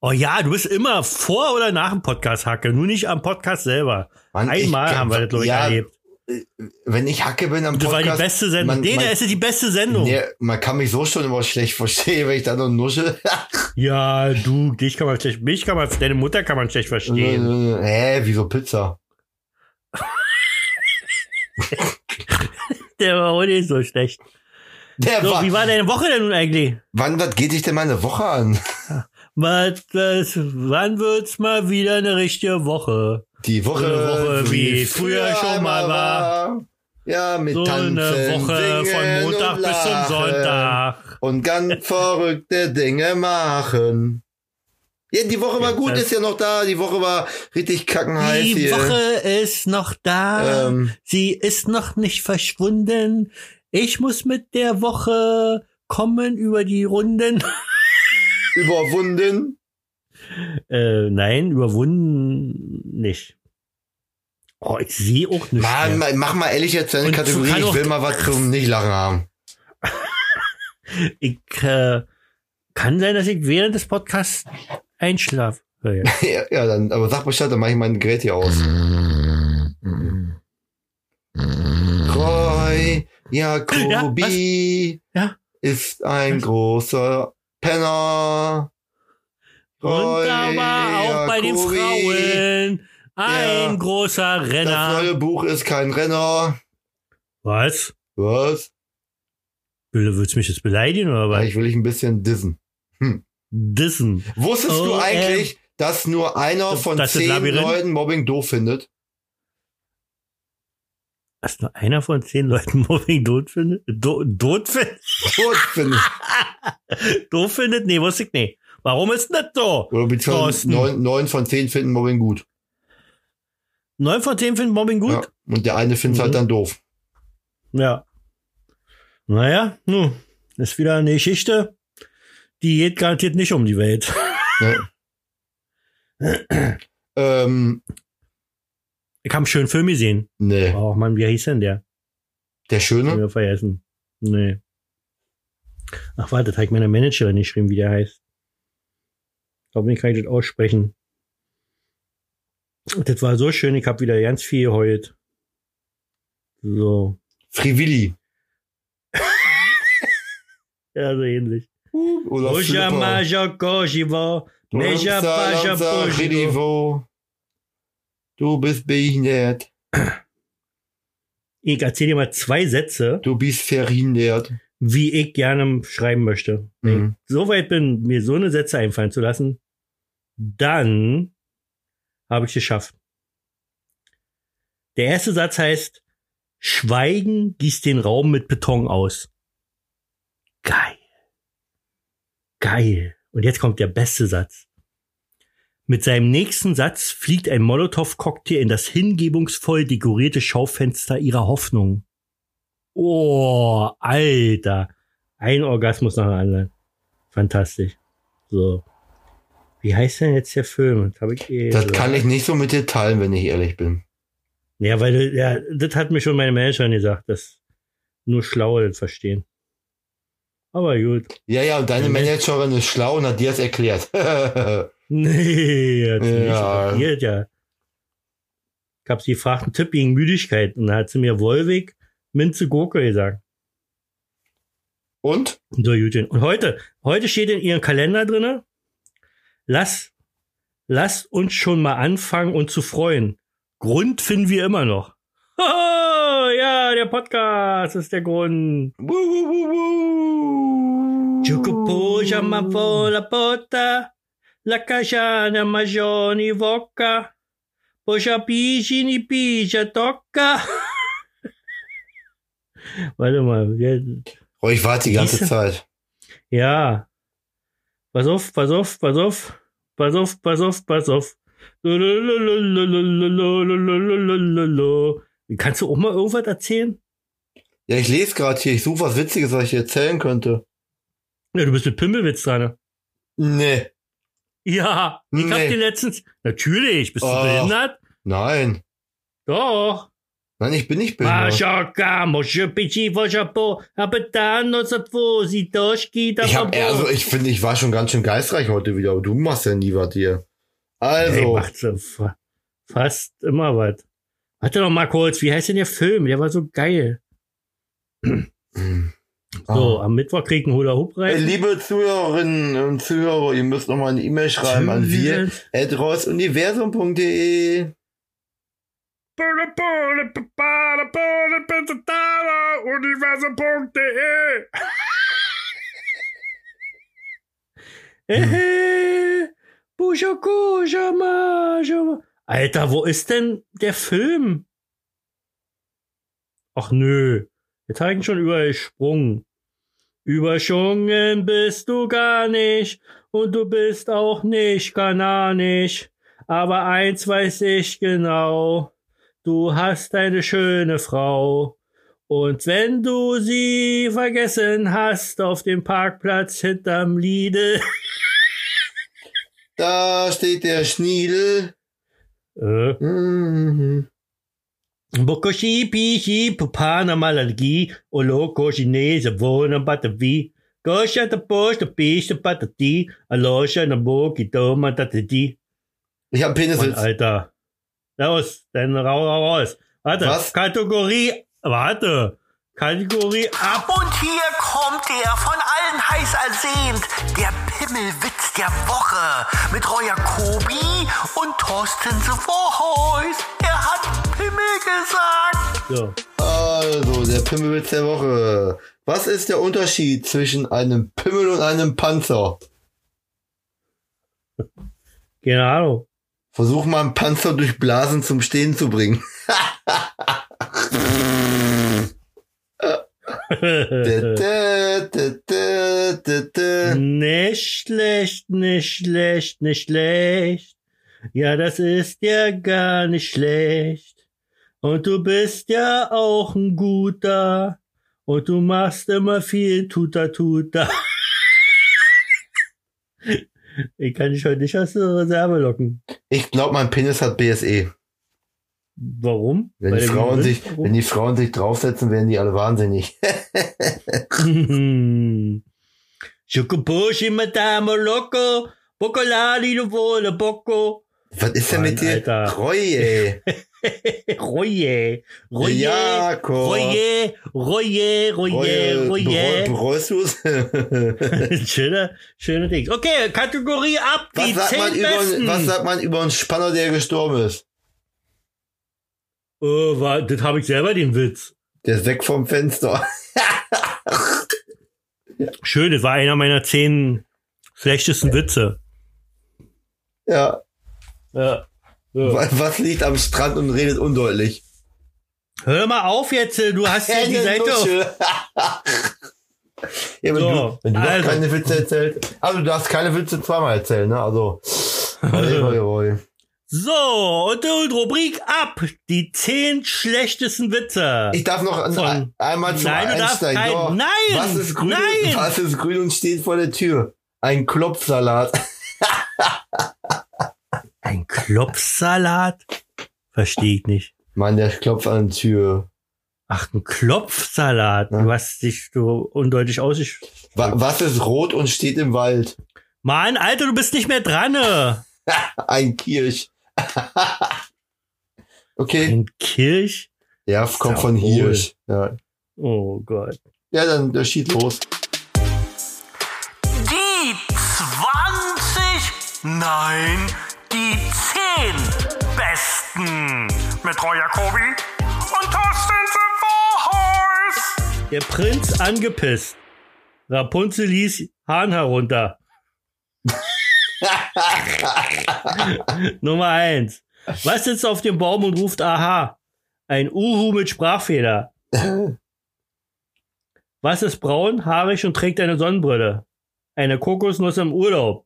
Oh ja, du bist immer vor oder nach dem Podcast Hacke, nur nicht am Podcast selber.
Mann, ich
Einmal
kann-
haben wir das, glaube ich,
ja,
erlebt.
Wenn ich Hacke bin am
Das war
Podcast.
die beste Sendung.
man-
nee,
man-
das ist ja die beste Sendung.
Nee, man kann mich so schon immer schlecht verstehen, wenn ich da noch nuschel. (laughs)
Ja, du, dich kann man schlecht, mich kann man, deine Mutter kann man schlecht
Äh.
verstehen.
Hä, wieso Pizza?
Der war auch nicht so schlecht.
Der
So,
war,
wie war deine Woche denn nun eigentlich?
wann, was geht dich denn meine Woche an?
Was, was, wann wird's mal wieder eine richtige Woche?
Die Woche,
So eine Woche, Äh, wie es früher schon mal
einmal
war.
Ja, mit
So
Tanzen,
eine Woche
singen
von Montag
und
bis zum
lachen
Sonntag. (laughs)
Und ganz verrückte Dinge machen. Ja, die Woche war
Ja,
gut,
das-
ist ja noch da. Die Woche war richtig kackenheiß
Die
hier.
Woche ist noch da.
Ähm,
Sie ist noch nicht verschwunden. Ich muss mit der Woche kommen über die Runden.
überwunden.
(laughs) Äh, nein, überwunden nicht. Oh, ich sehe auch nicht.
Mann,
mehr.
ma- mach mal ehrlich jetzt deine
Und
Kategorie.
kann
Ich
auch-
will mal was zum Nichtlachen haben.
Ich äh, kann sein, dass ich während des Podcasts einschlafe. Ja,
(laughs)
ja.
ja, ja, dann, aber sag Bescheid, dann mach ich mein Gerät hier aus. Roy Jacobi
Ja, was? Ja.
ist ein großer Penner.
Und da
Roy
war auch bei den
Jacobi.
Frauen ein
Ja.
großer
Das neue
Renner.
Buch ist kein Renner.
Was?
Was?
Will- Willst du mich jetzt beleidigen oder was?
Ich will dich ein bisschen dissen.
Dissen.
Wusstest du
Oh,
eigentlich, dass nur einer
das-
von
das ist
zehn
Labyrinth?
Leuten Mobbing doof findet?
Dass nur einer von zehn Leuten (laughs) Mobbing doof findet? Do, doof, findet? (laughs)
Doof findet.
doof findet? Nee, wusste ich nicht. Warum ist denn das so?
Oder beziehungsweise
Thorsten.
neun, neun von zehn finden Mobbing gut.
Neun von zehn finden Mobbing
Ja.
gut?
Und der eine findet es halt
Mhm.
dann doof.
Ja. Naja, nun, ist wieder eine Geschichte. Die geht garantiert nicht um die Welt.
Ähm,
Ich habe einen schönen Film gesehen.
nee.
Oh Mann, wie hieß denn der?
Der
Hab
Schöne?
ich vergessen. Nee. Ach, warte, das habe ich meiner Managerin geschrieben, wie der heißt. Hoffentlich kann ich das aussprechen. Das war so schön, ich habe wieder ganz viel geheult. So.
Frivilli.
Ja, so ähnlich.
Oder
Oja
Flipper.
Maja Kojiva, Meja
Lamsa,
Paja
Lamsa,
Pojiva.
Ridivo. Du bist behindert.
Ich erzähle dir mal zwei Sätze,
Du bist verhindert.
wie ich gerne schreiben möchte. Wenn
Mhm.
ich so weit bin, mir so eine Sätze einfallen zu lassen, dann habe ich es geschafft. Der erste Satz heißt, Schweigen gießt den Raum mit Beton aus. Geil. Geil. Und jetzt kommt der beste Satz. Mit seinem nächsten Satz fliegt ein Molotow-Cocktail in das hingebungsvoll dekorierte Schaufenster ihrer Hoffnung. Oh, Alter. Ein Orgasmus nach dem anderen. Fantastisch. So. Wie heißt denn jetzt der Film? Das, hab ich eh
Das
so-
kann ich nicht so mit dir teilen, wenn ich ehrlich bin.
ja, weil du- ja, das hat mir schon meine Managerin gesagt, dass nur Schlaue das verstehen. Aber gut.
Ja, ja, und deine
Nee.
Managerin ist schlau und hat dir das erklärt. (laughs)
Nee, jetzt
Ja.
ja. nicht. Probiert, ja. Ich hab sie gefragt, einen Tipp gegen Müdigkeit. Und da hat sie mir Wolwig Minze Gurke gesagt.
und?
So, Jütin. Und heute, heute steht in ihrem Kalender drinne, lass, lass uns schon mal anfangen und zu freuen. Grund finden wir immer noch. (laughs) Oh, ja, der Podcast ist der Grund.
Wuh, wuh, wuh, wuh.
Chucupu llama por la pota, la callana majoni boca, poja pichini pija toca. (laughs) Warte mal, wir-
Oh, ich warte die ganze
Siehste?
Zeit.
ah. ja. Pass auf, pass auf, pass auf, pass auf, pass auf, pass auf. Kannst du auch mal irgendwas erzählen?
Ja, ich lese gerade hier, ich suche was Witziges, was ich erzählen könnte.
Ja, du bist mit Pimmelwitz dran. ne?
Nee.
Ja, ich hab
Nee.
dir letztens. Natürlich, bist du
Oh.
behindert?
Nein.
Doch.
Nein, ich bin nicht behindert.
Maszaka, może być i wożapo, aby ta noc otworzy doszki da
Ich hab, also ich finde, ich war schon ganz schön geistreich heute wieder, aber du machst ja nie was hier.
Ey,
Also,
Eh, macht so fa- fast immer was. Warte noch mal kurz, wie heißt denn der Film? Der war so geil.
hm.
So,
Ah.
am Mittwoch kriegen Hula Hoop
Äh,
rein.
liebe Zuhörerinnen und Zuhörer, ihr müsst nochmal eine E-Mail schreiben an wir universum.de.
Universum.de Äh, Bushoku, Shama, Shama. Alter, wo ist denn der Film? Ach nö, wir zeigen schon übersprungen. Überschwungen bist du gar nicht und du bist auch nicht kananisch. Aber eins weiß ich genau, du hast eine schöne Frau. Und wenn du sie vergessen hast auf dem Parkplatz hinterm Lidl, (laughs)
Da steht der Schniedel.
äh,
Mhm.
Bokoshi, Pishi, Pupana, Malalgi, Oloko, Chinese, Wohnen, Batavie, Gosha, der Bosch, der Bisch, der Batati, Alosha, Naboki, Doma, Tatati.
Ich hab
Mann,
Penissitz.
Alter. Los, dann rau, rau, raus. Warte,
Was?
Kategorie, warte, Kategorie ab.
Und hier kommt er, von allen heiß ersehnt, der Pimmelwitz der Woche mit Roya Kobi und Thorsten The Voice. Er hat Pimmel gesagt.
So.
Also, der Pimmelwitz der Woche. Was ist der Unterschied zwischen einem Pimmel und einem Panzer?
Keine Ahnung.
Versuch mal einen Panzer durch Blasen zum Stehen zu bringen.
(laughs)
Dä, dä, dä, dä, dä, dä.
Nicht schlecht, nicht schlecht, nicht schlecht. Ja, das ist ja gar nicht schlecht. Und du bist ja auch ein guter. Und du machst immer viel Tuta Tuta. (laughs) Ich kann dich heute nicht aus der Reserve locken.
Ich glaube, mein Penis hat BSE.
Warum?
Wenn
Weil
die,
du
Frauen
gesund
sich,
bist?
wenn die Frauen sich draufsetzen, werden die alle wahnsinnig. (laughs)
(laughs) Schokobushi, Madame Loco, Bokoladi, du wohle Boko.
Was ist denn
Mann,
mit dir?
Alter. (laughs)
Roy, ey.
Royer, Royer,
Jakob.
Royer, Royer, Royer,
Roy, bereu-
Royer.
bereust du es? (laughs)
(laughs)
was,
schöner, schöner Ding. Okay, Kategorie ab, die
sagt man
zehn
über,
besten.
was sagt man über einen Spanner, der gestorben ist?
oh, war, das habe ich selber den Witz.
Der ist weg vom Fenster. (laughs)
Schön, das war einer meiner zehn schlechtesten Witze.
Ja.
Ja. So.
Wa- Was liegt am Strand und redet undeutlich?
Hör mal auf jetzt, du hast
(laughs)
ja die Seite. auf-
Nuschel.
(laughs)
ja, wenn
So,
du, wenn du doch
also.
keine Witze erzählst. Also du darfst keine Witze zweimal erzählen, ne?
(laughs)
Also. Roy, Roy, Roy.
So, und die Rubrik ab, die zehn schlechtesten Witze.
Ich darf noch ein,
Von-
ein- einmal zum
Nein, du darfst
Einsteigen.
kein-
Doch.
Nein,
was ist grün
nein.
Und, was ist grün und steht vor der Tür? Ein Klopfsalat.
Ein Klopfsalat? Verstehe ich nicht.
Mann, der klopft an die Tür.
Ach, ein Klopfsalat.
Ja.
Du hast dich so undeutlich ausgesch...
Wa was ist rot und steht im Wald?
Mann, Alter, du bist nicht mehr dran. ne?
Ein Kirsch. (laughs) okay.
Ein Kirsch?
Ja, kommt von
Jawohl.
Hirsch. Ja.
Oh Gott.
ja, dann der
(laughs)
schießt los.
Die 20, nein, die 10 besten mit Roya Kobi und Thorsten The Voice.
Der Prinz angepisst. Rapunzel ließ Hahn herunter. (laughs) Nummer eins. Was sitzt auf dem Baum und ruft Aha? Ein Uhu mit Sprachfehler. Was ist braun, haarig und trägt eine Sonnenbrille? Eine Kokosnuss im Urlaub.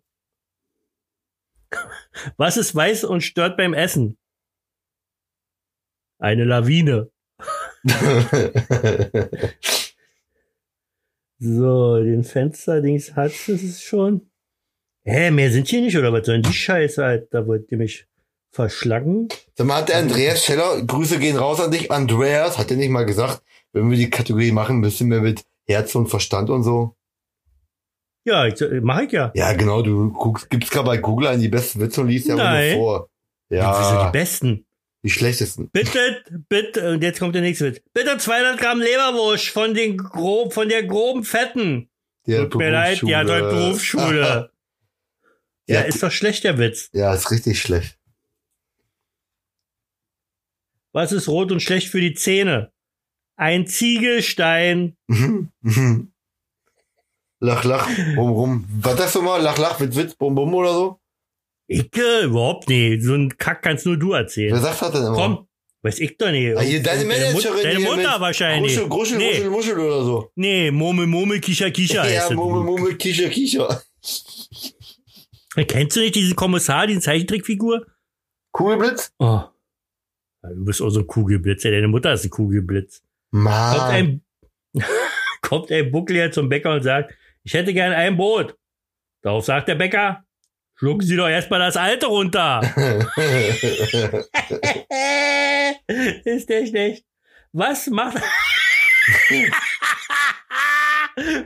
Was ist weiß und stört beim Essen? Eine Lawine. So, den Fensterdings hat es schon. Hä, mehr sind hier nicht, oder was soll denn die Scheiße, Alter? Wollt ihr mich verschlagen?
Sag mal, hat der Andreas Scheller, Grüße gehen raus an dich, Andreas, hat er nicht mal gesagt, wenn wir die Kategorie machen, müssen wir mit Herz und Verstand und so.
Ja, ich, äh, mach ich ja.
Ja, genau, du guckst, gibst gerade bei Google an die besten Witze und liest ja immer
Nein.
nur vor.
Das sind die
Ja,
besten.
die schlechtesten.
Bitte, bitte, und jetzt kommt der nächste Witz. Bitte 200 Gramm Leberwurst von den grob, von der groben Fetten.
Der
Tut mir leid, die hat heute Berufsschule. ja,
Ja,
ist doch schlecht, der Witz.
(laughs) Ja, ist richtig schlecht. (laughs)
Was ist rot und schlecht für die Zähne? Ein Ziegelstein.
Mhm, mhm. lach, lach, rum, rum. Was das nochmal? Lach, lach, witz, witz, bum, bum oder so?
Icke, überhaupt nicht. So einen Kack kannst nur du erzählen.
Wer sagt das denn immer?
Komm, weiß ich doch nicht.
Ah, hier, deine
Mut-
Managerin
Deine
hier
Mutter
mit
wahrscheinlich.
Gruschel, Gruschel,
nee,
Gruschel, Muschel oder so.
nee, Murmel, Murmel, Kicher, Kicher heißt
(laughs) Ja,
das.
Murmel, Murmel, Kicher, Kicher.
Äh, Kennst du nicht diesen Kommissar, die Zeichentrickfigur?
Kugelblitz?
Oh. Ja, Du bist auch so ein Kugelblitz. Ja, deine Mutter ist ein Kugelblitz. Kommt
Mann.
ein, (laughs) kommt ein Bucklier zum Bäcker und sagt, ich hätte gern ein Brot. Darauf sagt der Bäcker, schlucken Sie doch erstmal das alte runter. Äh, Ist der schlecht. Was macht, (laughs)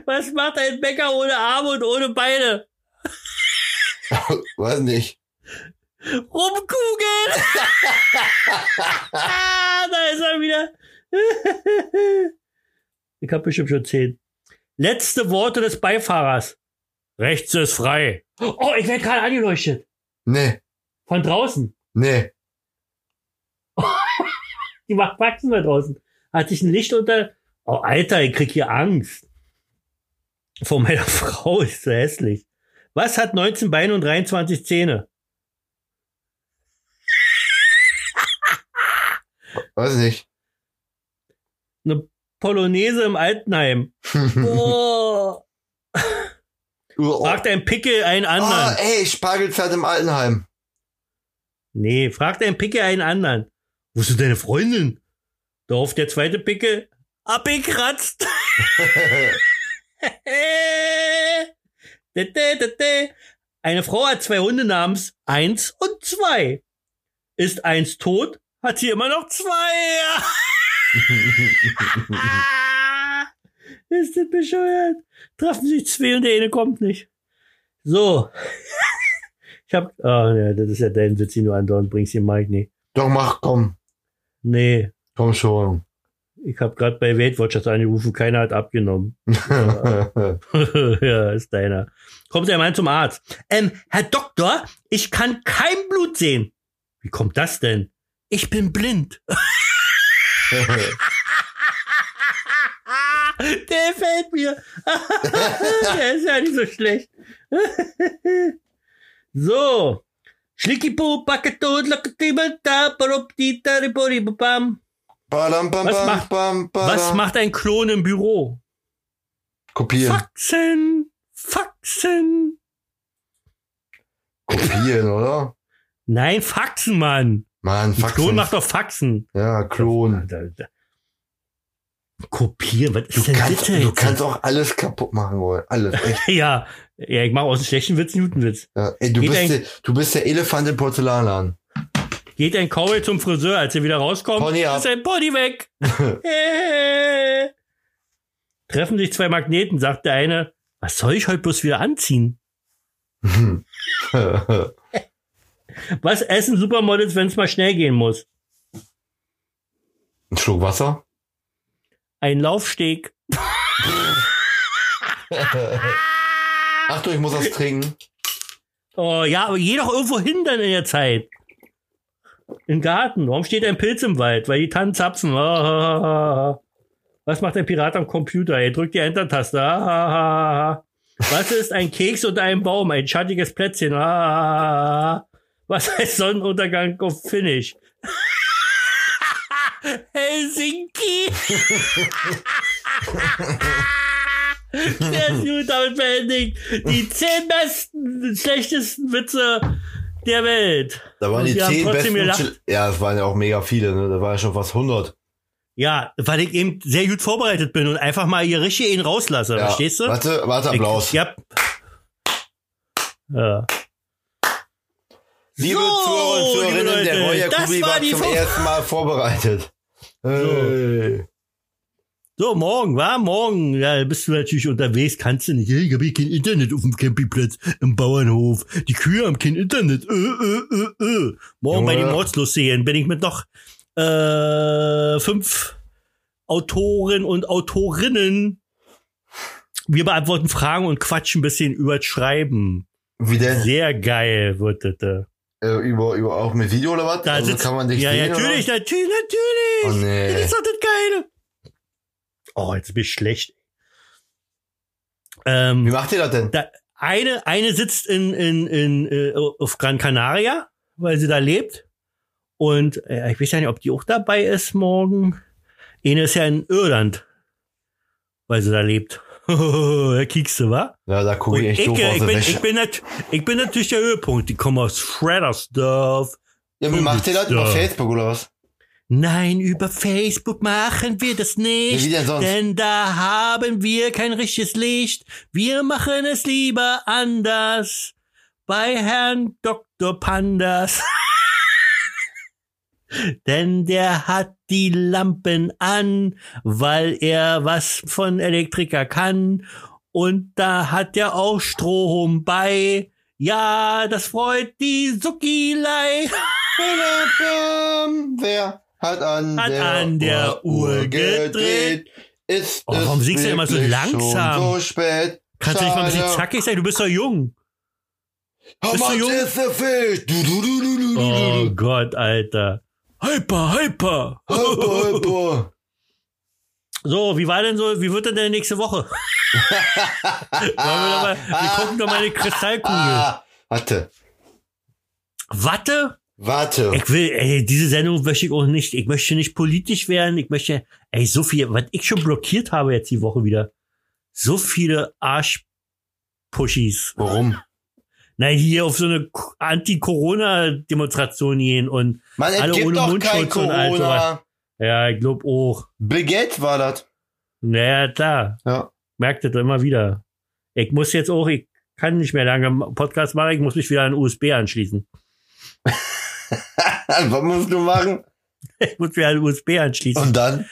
was macht ein Bäcker ohne Arme und ohne Beine?
(laughs) Weiß nicht.
Rumkugeln! ah, da ist er wieder. (laughs) ich habe bestimmt schon zehn. Letzte Worte des Beifahrers. Rechts ist frei. Oh, ich werde gerade angeleuchtet.
Nee,
Von draußen.
nee.
Die macht Faxen da draußen. Hat sich ein Licht unter. Oh, Alter, ich krieg hier Angst. Vor meiner (laughs) Frau ist so hässlich. Was hat 19 Beine und 23 Zähne?
Weiß nicht. (laughs)
Polonaise im Altenheim. Oh.
Frag
Fragt ein Pickel einen anderen.
Ah, ey, Spargelzeit im Altenheim. (laughs)
Nee, fragt ein Pickel einen anderen. Wo ist denn deine Freundin? Darauf der zweite Pickel. ah, Abgekratzt. Äh. Dä, dä, dä, dä. Eine Frau hat zwei Hunde namens Eins und Zwei. Ist eins tot, hat sie immer noch zwei. (laughs) Ist das bescheuert? Treffen sich zwei und der eine kommt nicht. So. (laughs) Ich hab, ah, ja, das ist ja dein Witz, den du andauernd bringst, den mag ich nicht.
Doch, mach, komm.
Nee,
Komm schon. (laughs)
ich habe gerade bei Weight Watchers angerufen, keiner hat abgenommen. (laughs) ja, ist deiner. Kommt der Mann zum Arzt. Ähm, Herr Doktor, ich kann kein Blut sehen. Wie kommt das denn? Ich bin blind. (laughs) der fällt mir. (laughs) der ist ja nicht so schlecht. (laughs) so. Schlickipu, Paketot, Lakatibata, Paroptita, Riboribabam.
Badam, bam,
Was
bam,
macht-
bam, badam.
Was macht ein Klon im Büro?
Kopieren.
Faxen, Faxen.
Kopieren, oder?
Nein, Faxen, Mann.
Mann,
Ein Klon
Faxen.
macht doch Faxen.
Ja, Klon.
Da, da. Kopieren, was
Du
ist denn
kannst,
bitte?
du
jetzt?
kannst auch alles kaputt machen wollen. Alles.
(laughs)
Echt.
ja, ja, ich mache aus einem schlechten Witz einen guten Witz.
Ja. Ey, du,
Geht
bist
ein-
der, du bist der Elefant im Porzellanladen. (laughs)
Geht ein Cowboy zum Friseur, als er wieder rauskommt,
Pony ab.
ist sein Pony
(laughs)
weg. Äh. Treffen sich zwei Magneten, sagt der eine, was soll ich heute bloß wieder anziehen? Was essen Supermodels, wenn es mal schnell gehen muss?
Ein Schluck Wasser?
Ein Laufsteg.
Achtung, ich muss das trinken.
Oh, ja, aber geh doch irgendwo hin dann in der Zeit. Im Garten. Warum steht ein Pilz im Wald? Weil die Tannen zapfen. Ah, ah, ah, ah. Was macht ein Pirat am Computer? Er drückt die Enter-Taste. Ah, ah, ah, ah. Was ist ein Keks unter einem Baum? Ein schattiges Plätzchen. Ah, ah, ah, ah. Was heißt Sonnenuntergang auf Finnisch? (laughs) Helsinki! Sehr gut, damit beendigt. Die zehn besten, schlechtesten Witze der Welt.
Da waren
Und
die
wir haben
zehn
trotzdem
besten.
gelacht.
Chil- Ja, es waren ja auch mega viele, ne? Da waren ja schon fast 100.
Ja, weil ich eben sehr gut vorbereitet bin und einfach mal hier richtig ihn rauslasse,
Ja.
verstehst du?
Warte, warte, Applaus.
Ich, ja. Ja.
Liebe
So,
Zuhörer und
liebe
Zuhörerinnen, der
Leute,
Roya
das
Kubi
war
war
die
zum
Vor-
ersten Mal vorbereitet. Hey.
So, morgen, war morgen. Ja, bist du natürlich unterwegs, kannst du nicht. Ich habe kein Internet auf dem Campingplatz, im Bauernhof. Die Kühe haben kein Internet. Äh, äh, äh, äh. Morgen bei
Junge.
den Mordslustigen bin ich mit noch äh, fünf Autoren und Autorinnen. Wir beantworten Fragen und quatschen ein bisschen über das Schreiben.
Wie denn?
Sehr geil wird das. äh.
Äh, über, über auch mit Video oder was?
Da
also
sitzt-
kann man dich
ja,
sehen.
natürlich,
Oder?
natürlich, natürlich.
Oh, nee.
Das ist doch das Geile. Oh, jetzt bin ich schlecht.
Wie
Ähm,
macht ihr das denn?
da, eine, eine sitzt in, in, in, äh, auf Gran Canaria, weil sie da lebt. Und äh, ich weiß ja nicht, ob die auch dabei ist morgen. Eine ist ja in Irland, weil sie da lebt. (laughs) da kiekst du, wa?
Ja, da gucke
Und
ich
ich,
Oh, echt
ich,
doof aus der
bin, ich,
Wäsche.
bin nat- ich bin natürlich der Höhepunkt. Die kommen aus Shreddersdorf.
Ja, wie macht ihr das? Über
Ja.
Facebook oder was?
Nein, über Facebook machen wir das
Ja, wie
nicht,
denn sonst?
denn da haben wir kein richtiges Licht. Wir machen es lieber anders. Bei Herrn Dr. Pandas. (laughs) denn der hat die Lampen an, weil er was von Elektriker kann. Und da hat er auch Strom bei. Ja, das freut die Suckilei.
Bam, Wer hat an
Hat
der,
an der Uhr gedreht?
Ist
Oh, warum
es
singst du denn immer so
wirklich
langsam?
Schon so spät.
Kannst du nicht mal ein bisschen
Schade.
zackig sein? Du bist doch jung.
How
Bist du
much
jung?
is the fish? Du, du, du, du, du, du,
Oh
du.
Gott, Alter. Hyper, hyper. (laughs)
Hoppa, hoppa.
So, wie war denn so, wie wird denn deine nächste Woche? Wollen wir, doch mal, wir gucken doch mal eine Kristallkugel.
Ah, warte,
Watte?
warte.
Ich will, ey, diese Sendung möchte ich auch nicht. Ich möchte nicht politisch werden. Ich möchte, ey, so viel, was ich schon blockiert habe jetzt die Woche wieder. So viele Arschpushis.
Warum?
Na, hier auf so eine K- Anti-Corona-Demonstration gehen und,
Mann, es
Alle ohne
gibt doch kein
Mundschutz und all sowas.
Corona.
ja, ich glaub auch.
Baguette war das. (laughs)
Naja, klar.
Ja.
merkt das immer wieder. Ich muss jetzt auch, ich kann nicht mehr lange Podcast machen, ich muss mich wieder an USB anschließen.
Was musst du machen?
Ich muss wieder an USB anschließen.
Und dann?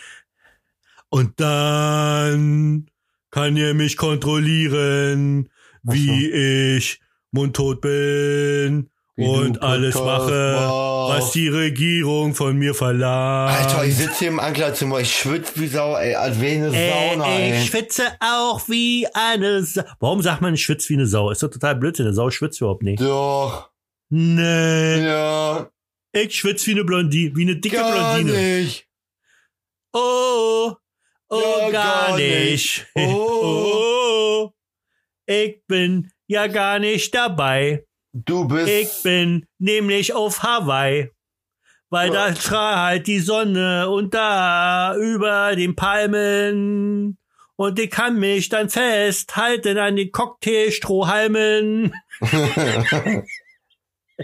Und dann kann ihr mich kontrollieren, wie ich mundtot bin
Wie
und
du
alles
Podcast
mache, was
machst.
die Regierung von mir verlangt.
Alter, ich sitze hier im Ankleidezimmer, ich schwitze wie Sau, ey, als wäre eine Sauna,
Äh, ich
ey.
schwitze auch wie eine Sau. Warum sagt man, ich schwitze wie eine Sau? Ist doch total Blödsinn. Eine Sau schwitzt überhaupt nicht.
Doch,
Nee.
ja,
Ich schwitze wie eine Blondine, wie eine dicke
gar
Blondine.
nicht.
Oh, oh,
Ja,
gar,
gar
nicht.
nicht. Oh.
Oh, (laughs) ich bin ja gar nicht dabei.
Du bist,
Ich bin nämlich auf Hawaii. Weil da strahlt die Sonne und da über den Palmen. Und ich kann mich dann festhalten an den Cocktailstrohhalmen.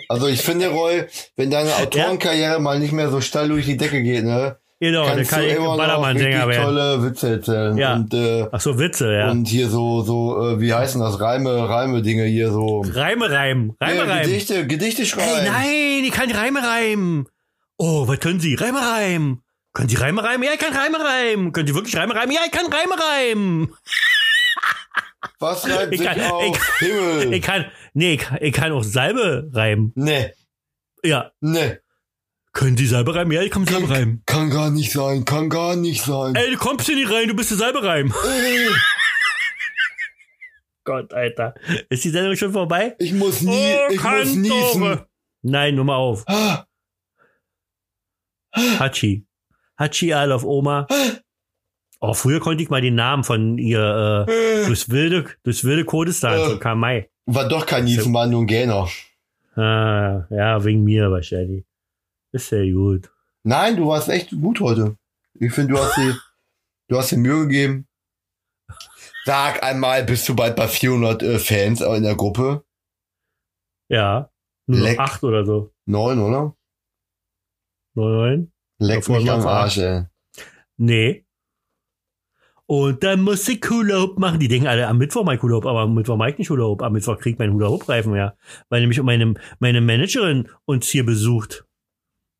also ich finde, Roy, wenn deine Autorenkarriere mal nicht mehr so steil durch die Decke geht, ne,
Genau, dann
kannst
kann
du
ich
immer noch
Ballermann-Sänger
richtig
werden.
tolle Witze erzählen.
Ja.
Und, äh,
Ach so, Witze, ja.
und hier so, so, äh, wie heißen das, Reime, Reime-Dinge hier so.
Reime reimen, Reime
Nee,
reimen.
Gedichte, Gedichte
Hey,
schreiben.
nein, ich kann Reime reimen. Oh, was können Sie? Reime reimen. Können Sie Reime reimen? Ja, ich kann Reime reimen. Können Sie wirklich Reime reimen? Ja, ich kann Reime reimen.
Was reimt
Ich
sich
kann-
auf Himmel?
Ich kann, nee, ich, ich kann auch Salbe reimen.
nee,
Ja.
nee,
Können Sie Salbe reimen? Ja, ich kann Salbe reimen.
kann gar nicht sein, kann gar nicht sein.
Ey, du kommst hier nicht rein, du bist der Salbe reimen. (laughs) Gott, Alter. Ist die Sendung schon vorbei?
Ich muss nie, ich muss niesen.
Oh, Kantore. Nein, nur mal auf.
Ah,
Hachi. Hachi Alof
(gasps)
Oma. Oh, früher konnte ich mal den Namen von ihr, äh,
äh,
durchs wilde, durchs wilde Kurdistan,
Äh.
so Kamai.
War doch kein Niesen, war nur ein Gähner.
Ah, ja, wegen mir wahrscheinlich. Ist ja gut.
Nein, du warst echt gut heute. Ich finde, du hast dir, du hast dir Mühe gegeben. Sag einmal, bist du bald bei 400 äh, Fans in der Gruppe?
Ja. Nur noch
Leck.
acht oder so.
Neun, oder?
Neun, neun?
Leck
Davor
mich
mal
am Arsch,
verarscht.
ey.
Nee. Und dann muss ich Hula Hoop machen. Die denken alle, am Mittwoch mein Hula Hoop, aber am Mittwoch mag ich nicht Hula Hoop. Am Mittwoch kriegt mein Hula Hoop Reifen, ja. Weil nämlich meine, meine Managerin uns hier besucht.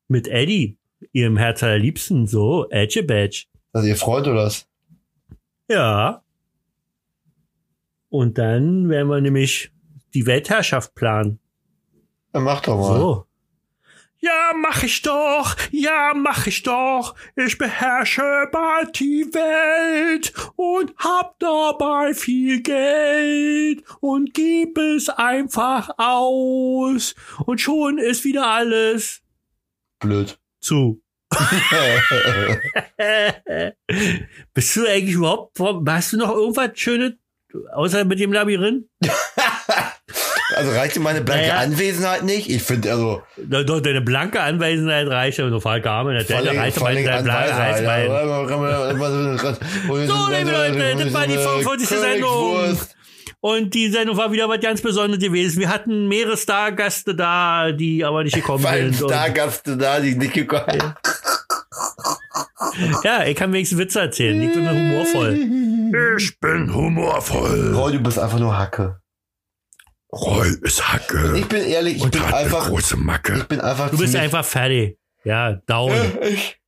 Mit Eddie, ihrem Herz allerliebsten, so, Edge Badge.
Also ihr freut oder was?
Ja. Und dann werden wir nämlich die Weltherrschaft planen.
Dann mach doch mal.
So. Ja, mach ich doch. Ja, mach ich doch. Ich beherrsche bald die Welt und hab dabei viel Geld und gib es einfach aus. Und schon ist wieder alles
Blöd. (laughs)
zu. (laughs) Bist du eigentlich überhaupt, hast du noch irgendwas Schönes, außer mit dem Labyrinth?
also reichte meine blanke
Naja.
Anwesenheit nicht? Ich finde, also,
Na, doch, deine blanke Anwesenheit reicht, aber nur Falke Arme, der
vor
Delta
allem-
reicht,
vor
aber
allem
deine
an
blanke
Weisheit,
Reichweite.
ja. Immer- immer- immer so-
So, liebe Leute, das war die 45. Sendung.
Königswurst.
Und die Sendung war wieder was ganz Besonderes gewesen. Wir hatten mehrere Stargäste da, die aber nicht gekommen
Weil
sind. Und,
da gab's da die nicht gekommen.
ja, ich kann wenigstens Witze erzählen. Ich bin
Äh,
humorvoll. Ich bin humorvoll.
Roy, du bist einfach nur Hacke.
Roll ist Hacke
Ich bin ehrlich, ich bin einfach,
Macke.
ich bin einfach
Du bist
ziemlich-
einfach fertig. Ja, down.
Ja, ich-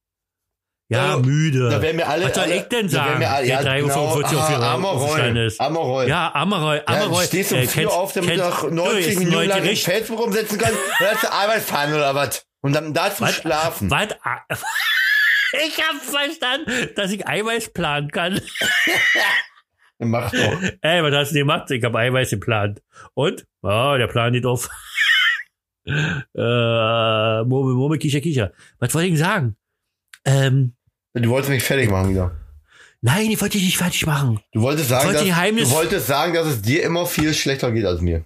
Ja,
Ja,
müde.
Da wären mir alle.
Was soll
alle,
ich denn
da wären
sagen,
mir alle,
der
ja,
3:45
genau,
auf
ah,
ihrer-
armer
aufgestanden
Roy,
ist?
armer Roy.
Ja, Ameroy,
Ja, du
Ameroy.
stehst um
äh,
4 Uhr
kennst-
auf, damit du
kennst-
nach
Nö,
90
ist ein
Minuten
neues
lang im
Gericht.
Feld rumsetzen kannst, dann hast du Arbeit fahren oder was? Und dann dazu
Was?
schlafen.
Was? (laughs) Ah, Ich hab's verstanden, dass ich Eiweiß planen kann.
Mach
(laughs)
doch.
Ey, was hast du gemacht? Ich habe Eiweiß geplant. Und? Ah, der Plan geht auf. (laughs) äh, Murmel, Murmel, Kicher, Kicher. Was wollte ich denn sagen? Ähm,
Du wolltest mich fertig machen wieder.
nein, ich wollte dich nicht fertig machen.
Du wolltest sagen,
Wollte
dass,
Geheimnis-
du wolltest sagen, dass es dir immer viel schlechter geht als mir.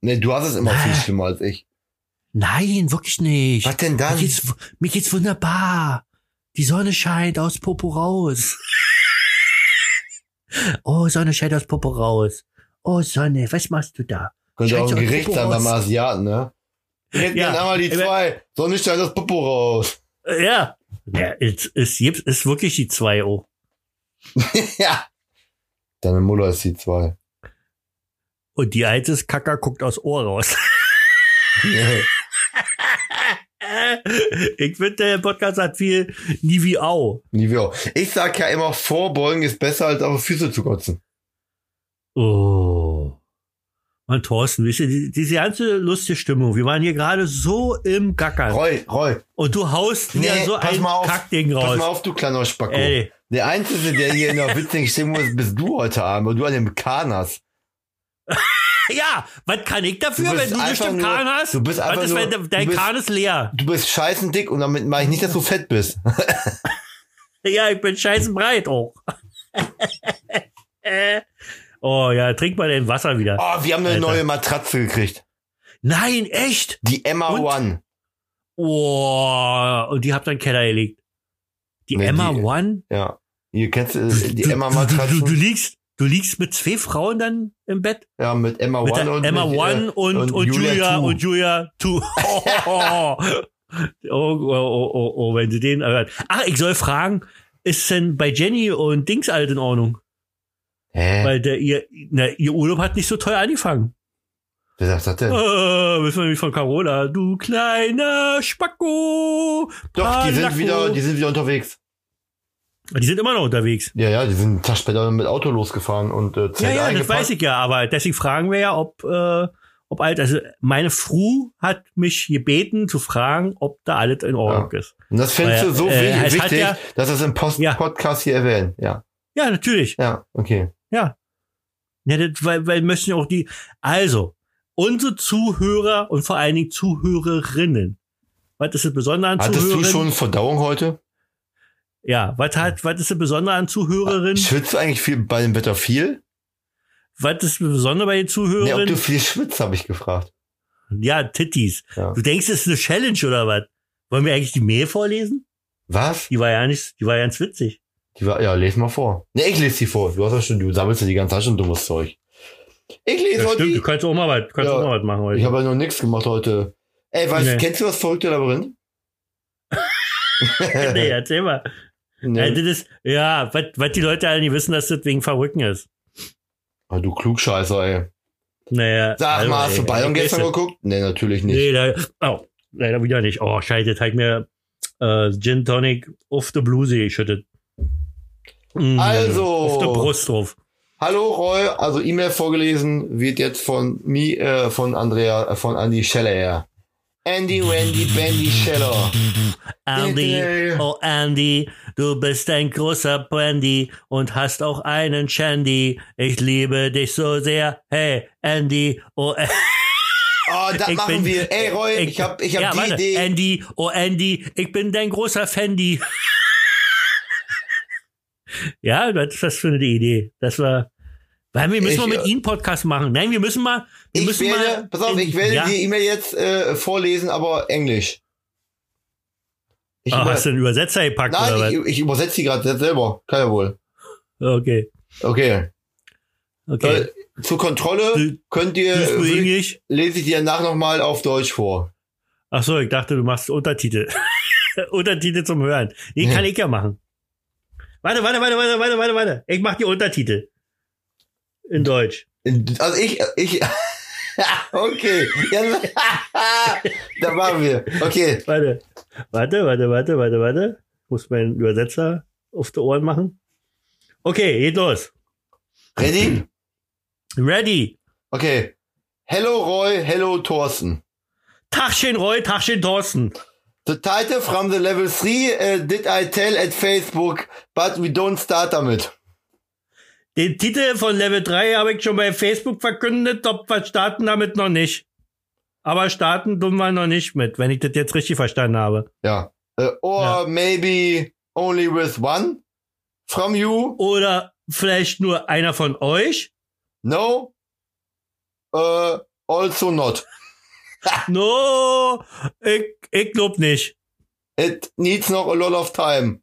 Nee, du hast es immer viel schlimmer als ich.
Nein, wirklich nicht.
Was denn
Mir
dann?
geht's, wu- mir geht's wunderbar. Die Sonne scheint aus Popo raus. oh, Sonne scheint aus Popo raus. Oh, Sonne, was machst du da?
Könnte auch
Scheiße,
ein Gericht
Popo
sein beim
raus.
Asiaten, ne? Wir hätten
Ja.
ja. einmal die
Ich mein-
zwei. Sonne steigt das Popo raus. (laughs)
Äh, Ja. Ja, es ist, ist wirklich die 2 Uhr.
ja. Deine Mutter ist die zwei. (laughs)
Und die alte ist Kacker guckt aus Ohr raus. ich finde, der Podcast hat viel nie wie au.
Nie wieder. Ich sag ja immer, vorbeugen ist besser als auf die Füße zu kotzen.
Oh. Mann, Thorsten, wisst ihr, die- diese ganze lustige Stimmung, wir waren hier gerade so im Gackern.
Roy, Roy,
Und du haust wieder
Nee,
so
pass
ein
mal auf.
Kackding
pass
raus.
mal auf, du kleiner Spacko.
Ey,
Der Einzige, der hier
(laughs)
in der witzigen Stimmung ist, bist du heute Abend, weil du an dem Kahn hast.
ja, was kann ich dafür,
Du bist
wenn du einen
einfach
Stück
nur-
Kahn hast?
du bist einfach
was ist,
nur-
wenn de- dein
du bist-
Kahn ist leer?
Du bist scheißen dick und damit meine ich nicht, dass du fett
(laughs)
bist.
Ja, ich bin scheißen breit auch. (laughs) Äh. oh ja, trink mal dein Wasser wieder.
Oh, wir haben eine
Alter.
neue Matratze gekriegt.
Nein, echt?
Die Emma
Und?
One.
Oh, und die habt ihr in den Keller gelegt. Die
Nee,
Emma
die-
One?
Ja. Hier kennst du äh, die
du,
Emma
du, du, du,
Matratze?
liegst, du liegst mit zwei Frauen dann im Bett?
Ja, mit Emma
mit
One
der
und
Emma
mit, äh,
One und, und, Julia
Two.
und Julia
(laughs)
Two. Oh, oh, oh, oh, oh, oh, wenn sie den erhört. Ach, ich soll fragen, ist denn bei Jenny und Dings alles in Ordnung?
Hä?
Weil der, ihr, na, ihr Urlaub hat nicht so teuer angefangen.
Wer sagt das
Äh, (laughs)
denn?
wissen wir nämlich von Carola. Du kleiner Spacko.
Doch, die
Palacko.
sind wieder, die sind wieder unterwegs.
Die sind immer noch unterwegs.
Ja, ja, die sind einen Tag später mit Auto losgefahren und äh,
Ja,
Zelt
ja, das
eingepackt.
weiß ich ja, aber deswegen fragen wir ja, ob, äh, ob alt, also meine Fru hat mich gebeten zu fragen, ob da alles in Ordnung ist.
Und das findest
Weil,
du so
äh,
wi-
es hat
wichtig,
ja-
dass das im Post
Ja.
Podcast hier erwähnen. Ja,
Ja, natürlich.
ja, okay.
Ja, das, weil, weil möchten ja auch die, also, unsere Zuhörer und vor allen Dingen Zuhörerinnen. Was ist das Besondere an
Hattest du
Zuhörerinnen?
schon Verdauung heute?
Ja, was hat, was ist das Besondere an Zuhörerinnen?
Schwitzt du eigentlich viel bei dem Wetter viel?
Was ist das Besondere bei den
Nee, ob du
Zuhörerinnen?
viel schwitzt, habe ich gefragt.
Ja, Titties.
Ja.
Du denkst, es ist eine Challenge oder was? Wollen wir eigentlich die Mail vorlesen?
Was?
Die war ja nicht, die war ja ganz witzig.
Ne, Die war, ja, lese mal vor. Nee, ich lese die vor. Du hast ja schon, du sammelst ja die ganze Zeit schon dummes Zeug. Ich lese
Ja,
heute.
stimmt, du kannst auch mal was, kannst
Ja.
auch mal was machen
Ich
heute.
habe ja noch nichts gemacht heute. Ey, weißt,
Nee.
kennst du das verrückte Labyrinth?
(laughs)
(laughs)
nee, erzähl mal.
Nee.
Äh, das ist, ja, was was die Leute alle nicht wissen, dass das wegen Verrückten ist.
Ah, du Klugscheißer, ey.
Naja.
Sag
also,
mal, hast du
ey,
Bayern
ich
gestern
weiß
geguckt? Nee, natürlich
es.
nicht.
Nee, leider, oh, leider wieder nicht. Oh, scheiße, jetzt hab ich mir äh, Gin Tonic auf die Bluse geschüttet. Mm,
Also.
Auf der Brust drauf.
Hallo Roy, also E-Mail vorgelesen wird jetzt von mir, äh, von Andrea, äh, von Andy Scheller. ja. Andy, Wendy, Bendy Scheller.
Andy,
Bitte.
oh Andy, du bist ein großer Brandy und hast auch einen Shandy. Ich liebe dich so sehr. Hey, Andy, oh Andy.
Oh, das
Ich
machen
bin-
wir. Ey Roy, ich hab, ich hab
ja,
die
warte.
Idee.
Andy, oh Andy, ich bin dein großer Fendi. (laughs) ja, was ist das für eine Idee? Das war. Weil wir müssen
Ich,
mal mit
äh,
Ihnen Podcast machen. Nein, wir müssen mal. Wir
ich
müssen
werde,
mal
pass auf, ich werde
ja.
die E-Mail jetzt äh, vorlesen, aber Englisch. Ich
Ah,
über-
hast du einen Übersetzer gepackt oder
Nein, ich, ich übersetze die gerade selber. Kann ja wohl.
was? Okay.
Okay.
Okay.
Äh, zur Kontrolle
Du-
könnt
Du
ihr,
bist
würde ich,
Englisch?
lese ich dir danach nochmal auf Deutsch vor.
Ach so, ich dachte, du machst Untertitel. (laughs) Untertitel zum Hören. Nee, kann ich ja machen. Warte, warte, warte, warte, warte, warte, warte. Ich mach die Untertitel. In
Hm.
Deutsch.
Also ich, ich, (laughs) okay, ja, (laughs) da waren wir. Okay,
Warte. Warte, warte, warte, warte, warte. Ich muss meinen Übersetzer auf die Ohren machen. Okay, geht los.
ready?
Ready.
Okay. Hello Roy, hello Thorsten.
Tachchen Roy, Tachchen Thorsten.
The title from the level 3 uh, did I tell at Facebook, but we don't start damit.
Den Titel von Level 3 habe ich schon bei Facebook verkündet, ob wir starten damit noch nicht. Aber starten tun wir noch nicht mit, wenn ich das jetzt richtig verstanden habe.
Ja. Äh, or
Ja.
maybe only with one from you.
Oder vielleicht nur einer von euch?
No. Äh, also not.
No, ich, ich glaub nicht.
It needs noch a lot of time.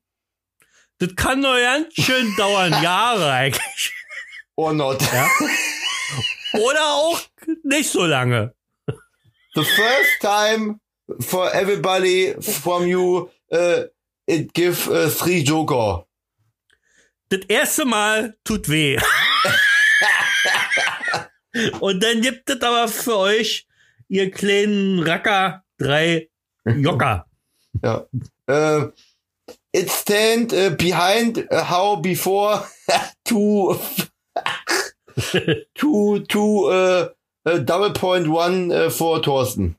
Das kann doch ganz schön dauern, Jahre eigentlich.
Or not.
Ja. Oder auch nicht so lange.
(laughs) the first time for everybody from you uh, it give uh, three joker
Das erste Mal tut weh. Und dann gibt es aber für euch, ihr kleinen Racker, drei Jocker.
ja uh, it stand uh, behind uh, how before (laughs) two two two uh, uh, double point one uh, for Thorsten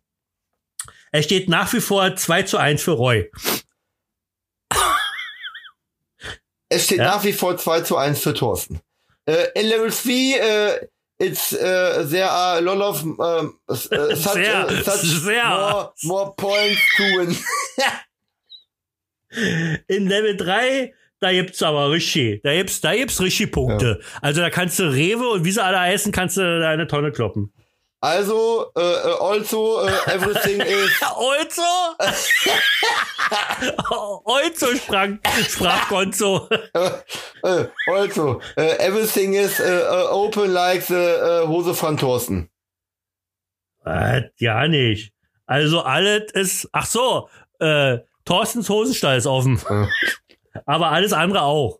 Er steht nach wie vor 2 zu 1 für Roy.
Es steht
Ja.
nach wie vor 2 zu 1 für Thorsten. Äh, in Level 3, äh, it's, äh, there are a lot of, ähm, s-
(laughs)
äh, such,
Sehr,
äh, such
sehr.
More, more points to win.
In Level 3, da gibt's aber richtig. Da gibt's, da gibt's richtig Punkte. Also da kannst du Rewe und wie sie alle heißen, kannst du da eine Tonne kloppen.
Also, äh, äh, also, äh,
(laughs)
everything is,
Olzo? (laughs) Olzo sprang, sprach Gonzo.
äh, also, äh, everything is äh, äh, open like the äh, Hose von Thorsten.
Was? Ja nicht. Also alles ist, ach so, äh, Thorstens Hosenstall ist offen.
Ja.
Aber alles andere auch.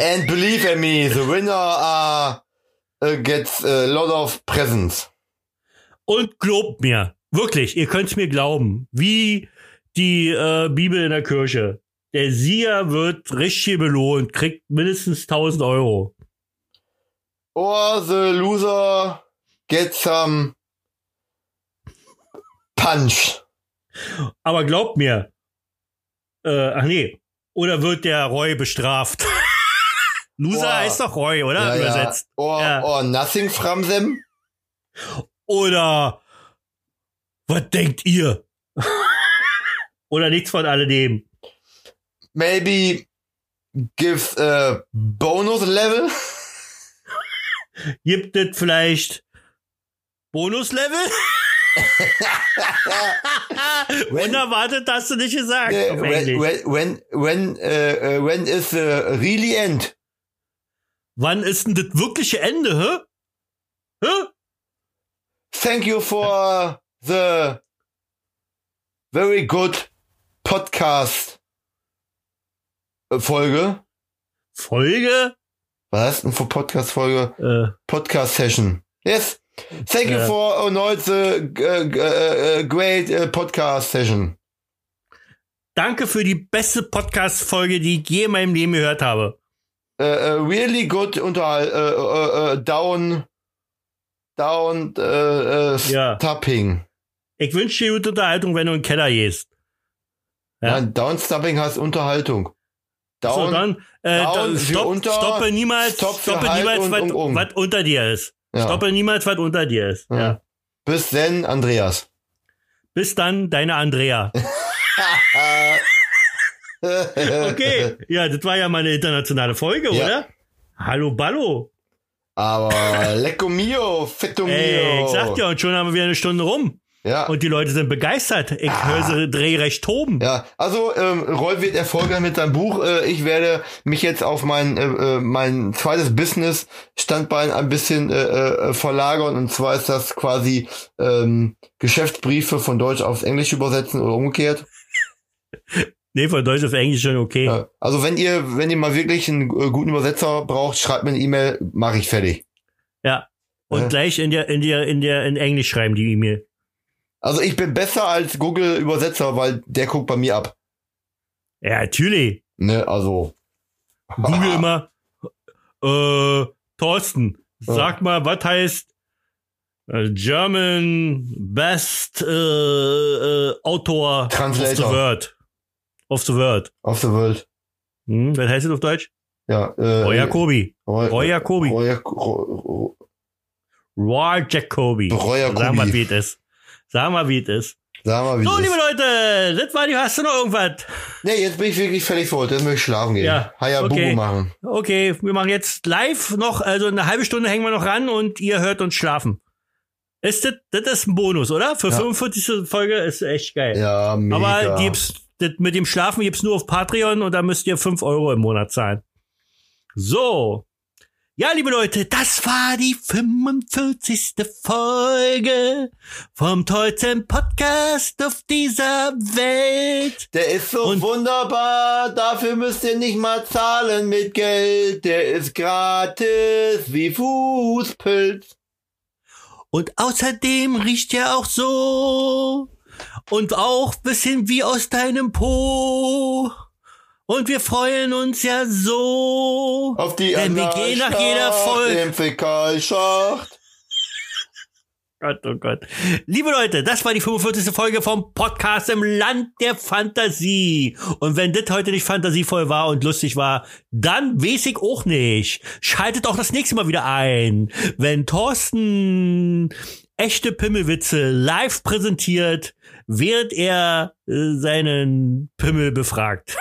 And believe in me, the winner are, äh, gets a lot of presents.
Und glaubt mir, wirklich, ihr könnt's mir glauben, wie die äh, Bibel in der Kirche. Der Sieger wird richtig belohnt, kriegt mindestens 1000 Euro.
or the loser gets some punch.
Aber glaubt mir, äh, ach nee, oder wird der Roy bestraft? (laughs) Loser
Boah.
heißt doch Roy, oder?
Ja, ja.
Übersetzt.
Or,
Ja.
or nothing from them.
Oder was denkt ihr? (laughs) oder nichts von alledem.
Maybe gives a bonus level.
Gibt es vielleicht (laughs) Bonuslevel?
Wenn-
Unerwartet hast du nicht gesagt.
Äh,
auf
when, uh,
Englisch.
when, when, when, äh, äh, when is the really end?
wann ist denn das wirkliche Ende, hä? Hä?
Thank you for the very good podcast Folge.
Folge?
Was ist denn für Podcast Folge?
Äh,
Podcast Session. Yes. Thank you
Ja.
for erneut the äh, äh, äh, great äh, podcast session.
danke für die beste Podcast-Folge, die ich je in meinem Leben gehört habe.
Äh, äh, really good unterhal äh, äh, äh, down down äh, äh,
Ja.
stopping.
Ich wünsche dir gute Unterhaltung, wenn du in den Keller gehst. Ja.
Nein, down stopping heißt Unterhaltung. Down
so, dann, äh,
down
dann
für
stopp,
unter,
stoppe niemals,
stopp für
stoppe
halt
niemals,
und
was,
um, um.
was unter dir ist.
ja.
Stoppe niemals, was unter dir ist.
Ja.
Ja.
Bis denn, Andreas.
Bis dann, deine
(laughs)
Andrea.
Äh.
Okay, ja, das war ja mal eine internationale Folge,
Ja.
oder? Hallo Ballo.
Aber lecco mio, fetto mio.
Ey, ich sag dir, und schon haben wir wieder eine Stunde rum.
ja.
Und die Leute sind begeistert. Ich höre sie drehrecht toben.
Ah. Ja, also ähm, Roy wird erfolgreich mit seinem Buch. Äh, ich werde mich jetzt auf mein äh, äh, mein zweites Business Standbein ein bisschen äh, äh, verlagern und zwar ist das quasi ähm, Geschäftsbriefe von Deutsch aufs Englisch übersetzen oder umgekehrt.
Nee, von Deutsch auf Englisch schon okay.
Ja. Also wenn ihr wenn ihr mal wirklich einen äh, guten Übersetzer braucht, schreibt mir eine E-Mail, mache ich fertig.
Und
Ja.
gleich in der, in der, in der, in Englisch schreiben die E-Mail.
Also ich bin besser als Google Übersetzer, weil der guckt bei mir ab.
Ja, natürlich.
Ne, also Ah.
Google
(laughs)
immer, äh, Thorsten,
Ja.
sag mal, was heißt äh, German Best äh, äh, Autor of the
Translator
Word? Of the Word.
of the world.
Hm, was heißt das auf Deutsch?
Ja, äh,
Roy Jacobi.
Roy,
Roy Jacobi.
Roy, Roy,
Roy Jacobi.
Roy
Sag mal,
Jacobi.
wie es ist. Sag mal, wie es ist.
Sag mal, wie
So,
es
liebe
ist.
Leute, das war die, hast du noch irgendwas?
Nee, jetzt bin ich wirklich fertig für heute. Jetzt möchte ich schlafen gehen.
Ja,
Hayabubu
okay.
machen.
Okay, wir machen jetzt live noch, also eine halbe Stunde hängen wir noch ran und ihr hört uns schlafen. Ist das, das ist ein Bonus, oder? Für
Ja.
45. Folge ist echt geil.
Ja, mega.
Aber gibt's, das mit dem Schlafen gibt's nur auf Patreon und da müsst ihr 5 Euro im Monat zahlen. So. Ja, liebe Leute, das war die 45. Folge vom tollsten Podcast auf dieser Welt.
der ist so
Und-
wunderbar, dafür müsst ihr nicht mal zahlen mit Geld. Der ist gratis wie Fußpilz.
Und außerdem riecht er auch so. Und auch bisschen wie aus deinem Po. Und wir freuen uns ja so.
Auf die
Denn wir gehen nach
Analschacht,
jeder Folge.
Im Fäkalschacht.
Gott, oh Gott. Liebe Leute, das war die 45. Folge vom Podcast im Land der Fantasie. Und wenn das heute nicht fantasievoll war und lustig war, dann weiß ich auch nicht. Schaltet auch das nächste Mal wieder ein, wenn Thorsten echte Pimmelwitze live präsentiert, während er äh, seinen Pimmel befragt.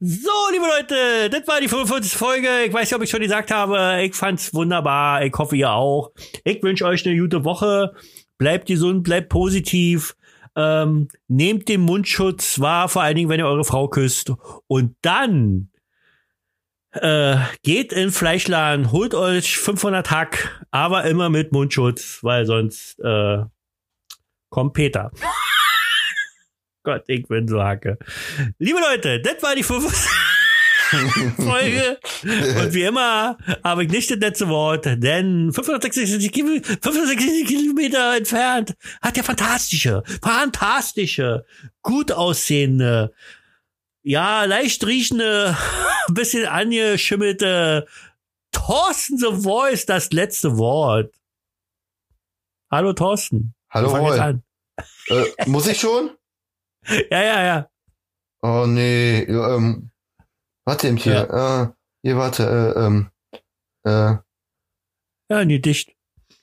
So, liebe Leute, das war die 45. Folge. Ich weiß nicht, ob ich schon gesagt habe. Ich fand's wunderbar. Ich hoffe, ihr auch. Ich wünsche euch eine gute Woche. Bleibt gesund, bleibt positiv. Ähm, nehmt den Mundschutz wahr, vor allen Dingen, wenn ihr eure Frau küsst. Und dann äh, geht in Fleischladen, holt euch 500 Hack, aber immer mit Mundschutz, weil sonst äh, kommt Peter. Gott, ich bin so hacke. Liebe Leute, das war die
(laughs)
5. Folge. Und wie immer habe ich nicht das letzte Wort, denn 566 Kil- 566 Kilometer entfernt hat der fantastische, fantastische, gut aussehende, ja, leicht riechende, (laughs) bisschen angeschimmelte Thorsten The Voice das letzte Wort. Hallo Thorsten.
Hallo,
Wir fangen jetzt an.
Roy. Äh, muss ich schon?
Ja, ja, ja.
Oh, nee. ja, Ähm, warte eben hier. Äh, hier, warte. Äh, ähm, äh,
Ja, nee, dicht.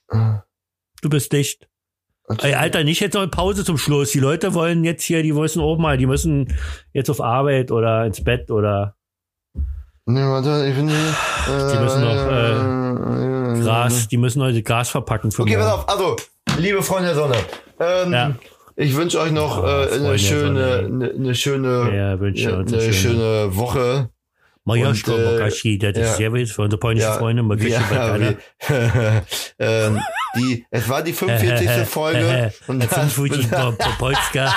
äh,
Du bist dicht. Ey, Alter, nicht jetzt noch eine Pause zum Schluss. Die Leute wollen jetzt hier, die müssen oben mal, die müssen jetzt auf Arbeit oder ins Bett oder
Nee, warte, ich bin hier. Äh,
Die müssen noch,
noch
Gras. Die müssen heute Gras verpacken für
Mhm. Okay,
morgen.
pass auf. Also, liebe Freunde der Sonne. Ähm,
Ja.
Ich wünsche euch noch
Ah,
äh,
Freunde der
eine schöne,
Sonne.
eine, eine schöne,
Ja, wünsche
eine,
uns eine schöne.
schöne Woche.
Majoschko
Und, äh,
Bokashi, das ist
ja.
Servus für unsere polnischen Freunde. Majoschko
wir- (laughs)
Bokashi.
wir- (laughs) ähm, die, es war
(laughs)
die 45. Folge.
und dann
(laughs)
Fuji
da-
Polska.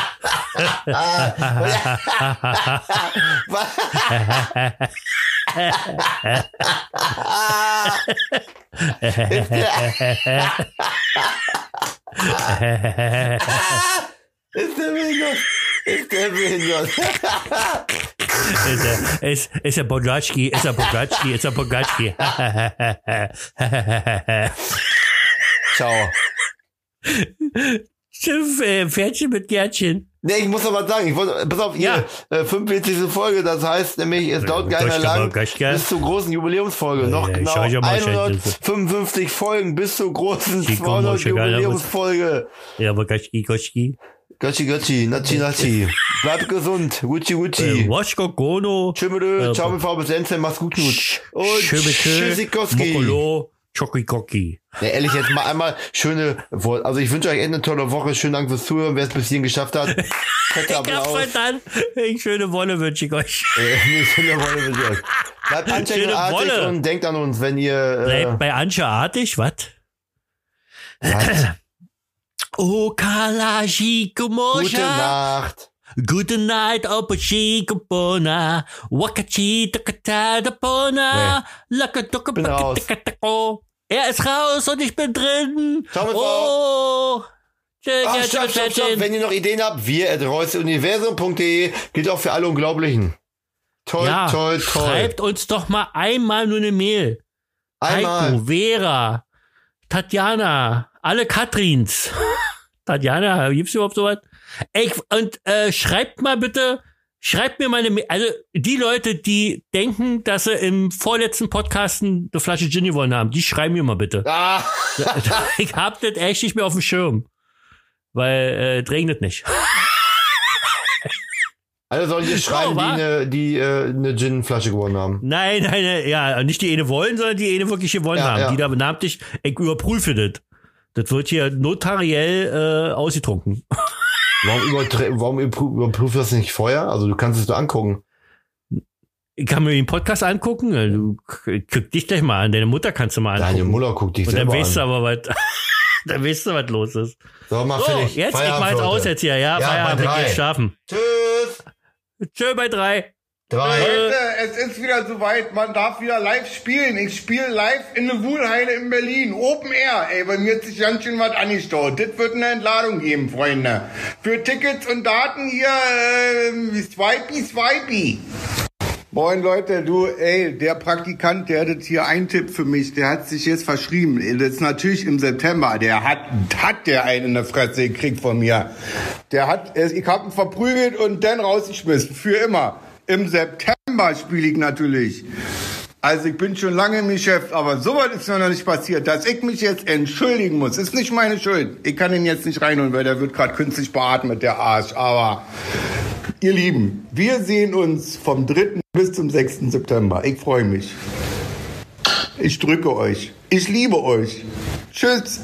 ist der behindert? Ist der behindert?
Ist er- ist- Ist er Bogatschki, ist er Bogatschki, ist er Bogatschki.
(laughs)
(laughs)
Ciao.
Schiff, äh, Pferdchen mit Gärtchen.
Nee, ich muss noch was sagen. Ich wollte, pass auf,
Ja.
ihr äh, 45. Folge, das heißt nämlich, es dauert gar nicht mehr
Äh, Goschka,
lang
Goschka.
bis zur großen Jubiläumsfolge. Noch
ja, ich
genau
schau ja mal, schau,
155 Folgen bis zur großen
Chico
200
Moschke, Alter,
Jubiläumsfolge.
Ja, Bogatschki, Goschki.
Götzi, Götzi, Nachi, Nachi. Bleibt gesund. Gucci,
Äh,
Gucci.
Woschko Gono.
Tschümmel,
äh,
ciao, mit Frau bis Enzel, mach's gut, gut. Und Tschüssikowski.
Mokolo, Chokikoki.
Ja, ehrlich, jetzt mal einmal schöne Wort. Also ich wünsche euch echt eine tolle Woche. Schönen Dank fürs Zuhören, wer es bis hierhin geschafft
(laughs)
hat. Fetter
Ja,
Applaus.
verdammt. Schöne Wolle wünsche ich euch.
Äh, (laughs) nee, schöne Wolle wünsche ich euch. Bleibt
Schöne
anständig
Wolle.
und denkt an uns, wenn ihr... (laughs)
Bleibt bei Anja artig, was?
Äh, macht.
Oh, Kalashikomoja.
gute Nacht.
Good night, Opachikopona. Wakachi, takatadapona.
Bin raus.
Lakadokapakitakatako. Er ist raus und ich bin drin.
Ciao, mit
Oh. Tschö,
Ah,
tschö,
stopp,
tschö,
stopp,
tschö.
stopp. Wenn ihr noch Ideen habt, wir at reusuniversum.de gilt auch für alle Unglaublichen. Toll,
Ja,
toll, toll.
Schreibt uns doch mal einmal nur eine Mail.
Einmal.
Heiko, Vera, Tatjana, alle Katrins. (laughs) Tatjana, gibt's überhaupt sowas? Ey, und äh, schreibt mal bitte, schreibt mir meine, Ma- also die Leute, die denken, dass sie im vorletzten Podcast eine Flasche Gin gewonnen haben, die schreiben mir mal
(laughs)
bitte. (laughs)
Ah,
ich hab das echt nicht mehr auf dem Schirm. Weil äh, es regnet nicht. (laughs)
alle sollen hier schreiben, die
wa?
eine, die, äh, eine Gin-Flasche gewonnen haben.
Nein, nein, nein, ja, nicht die eine wollen, sondern die eine wirklich gewonnen
Ja,
haben.
ja.
Die da namentlich, ich überprüfe das. Das wird hier notariell äh, ausgetrunken.
Warum, übertre- warum überprü- überprüfst du das nicht vorher? Also du kannst es dir angucken.
Ich kann mir den Podcast angucken. äh, Du k- guck dich gleich mal an. Deine Mutter kannst du mal angucken.
Deine Muller guckt dich
Und dann
selber
weißt du
an.
aber was. (laughs) dann weißt du, was los ist.
So, mach
So,
fertig.
jetzt, ich
Feierabend,
mach's
Leute.
aus jetzt hier. Ja,
Ja,
Feierabend,
bei
wir
drei.
gehen schlafen.
Tschüss.
Tschö bei drei.
Drei.
Leute, es ist wieder soweit, man darf wieder live spielen. Ich spiele live in der Wuhlheide in Berlin, Open Air. Ey, bei mir hat sich ganz schön was angestaut. Das wird eine Entladung geben, Freunde. Für Tickets und Daten hier, ähm, swipey, swipey. Moin Leute, du, ey, der Praktikant, der hat das hier einen Tipp für mich, der hat sich jetzt verschrieben. Das ist natürlich im September, der hat, hat der einen in der Fresse gekriegt von mir. Der hat, ich hab ihn verprügelt und dann rausgeschmissen, für immer. Im September spiele ich natürlich. Also ich bin schon lange im Geschäft, aber sowas ist mir noch nicht passiert. Dass ich mich jetzt entschuldigen muss, ist nicht meine Schuld. Ich kann ihn jetzt nicht reinholen, weil der wird gerade künstlich beatmet, der Arsch. Aber ihr Lieben, wir sehen uns vom 3. bis zum 6. September. Ich freue mich. Ich drücke euch. Ich liebe euch. Tschüss.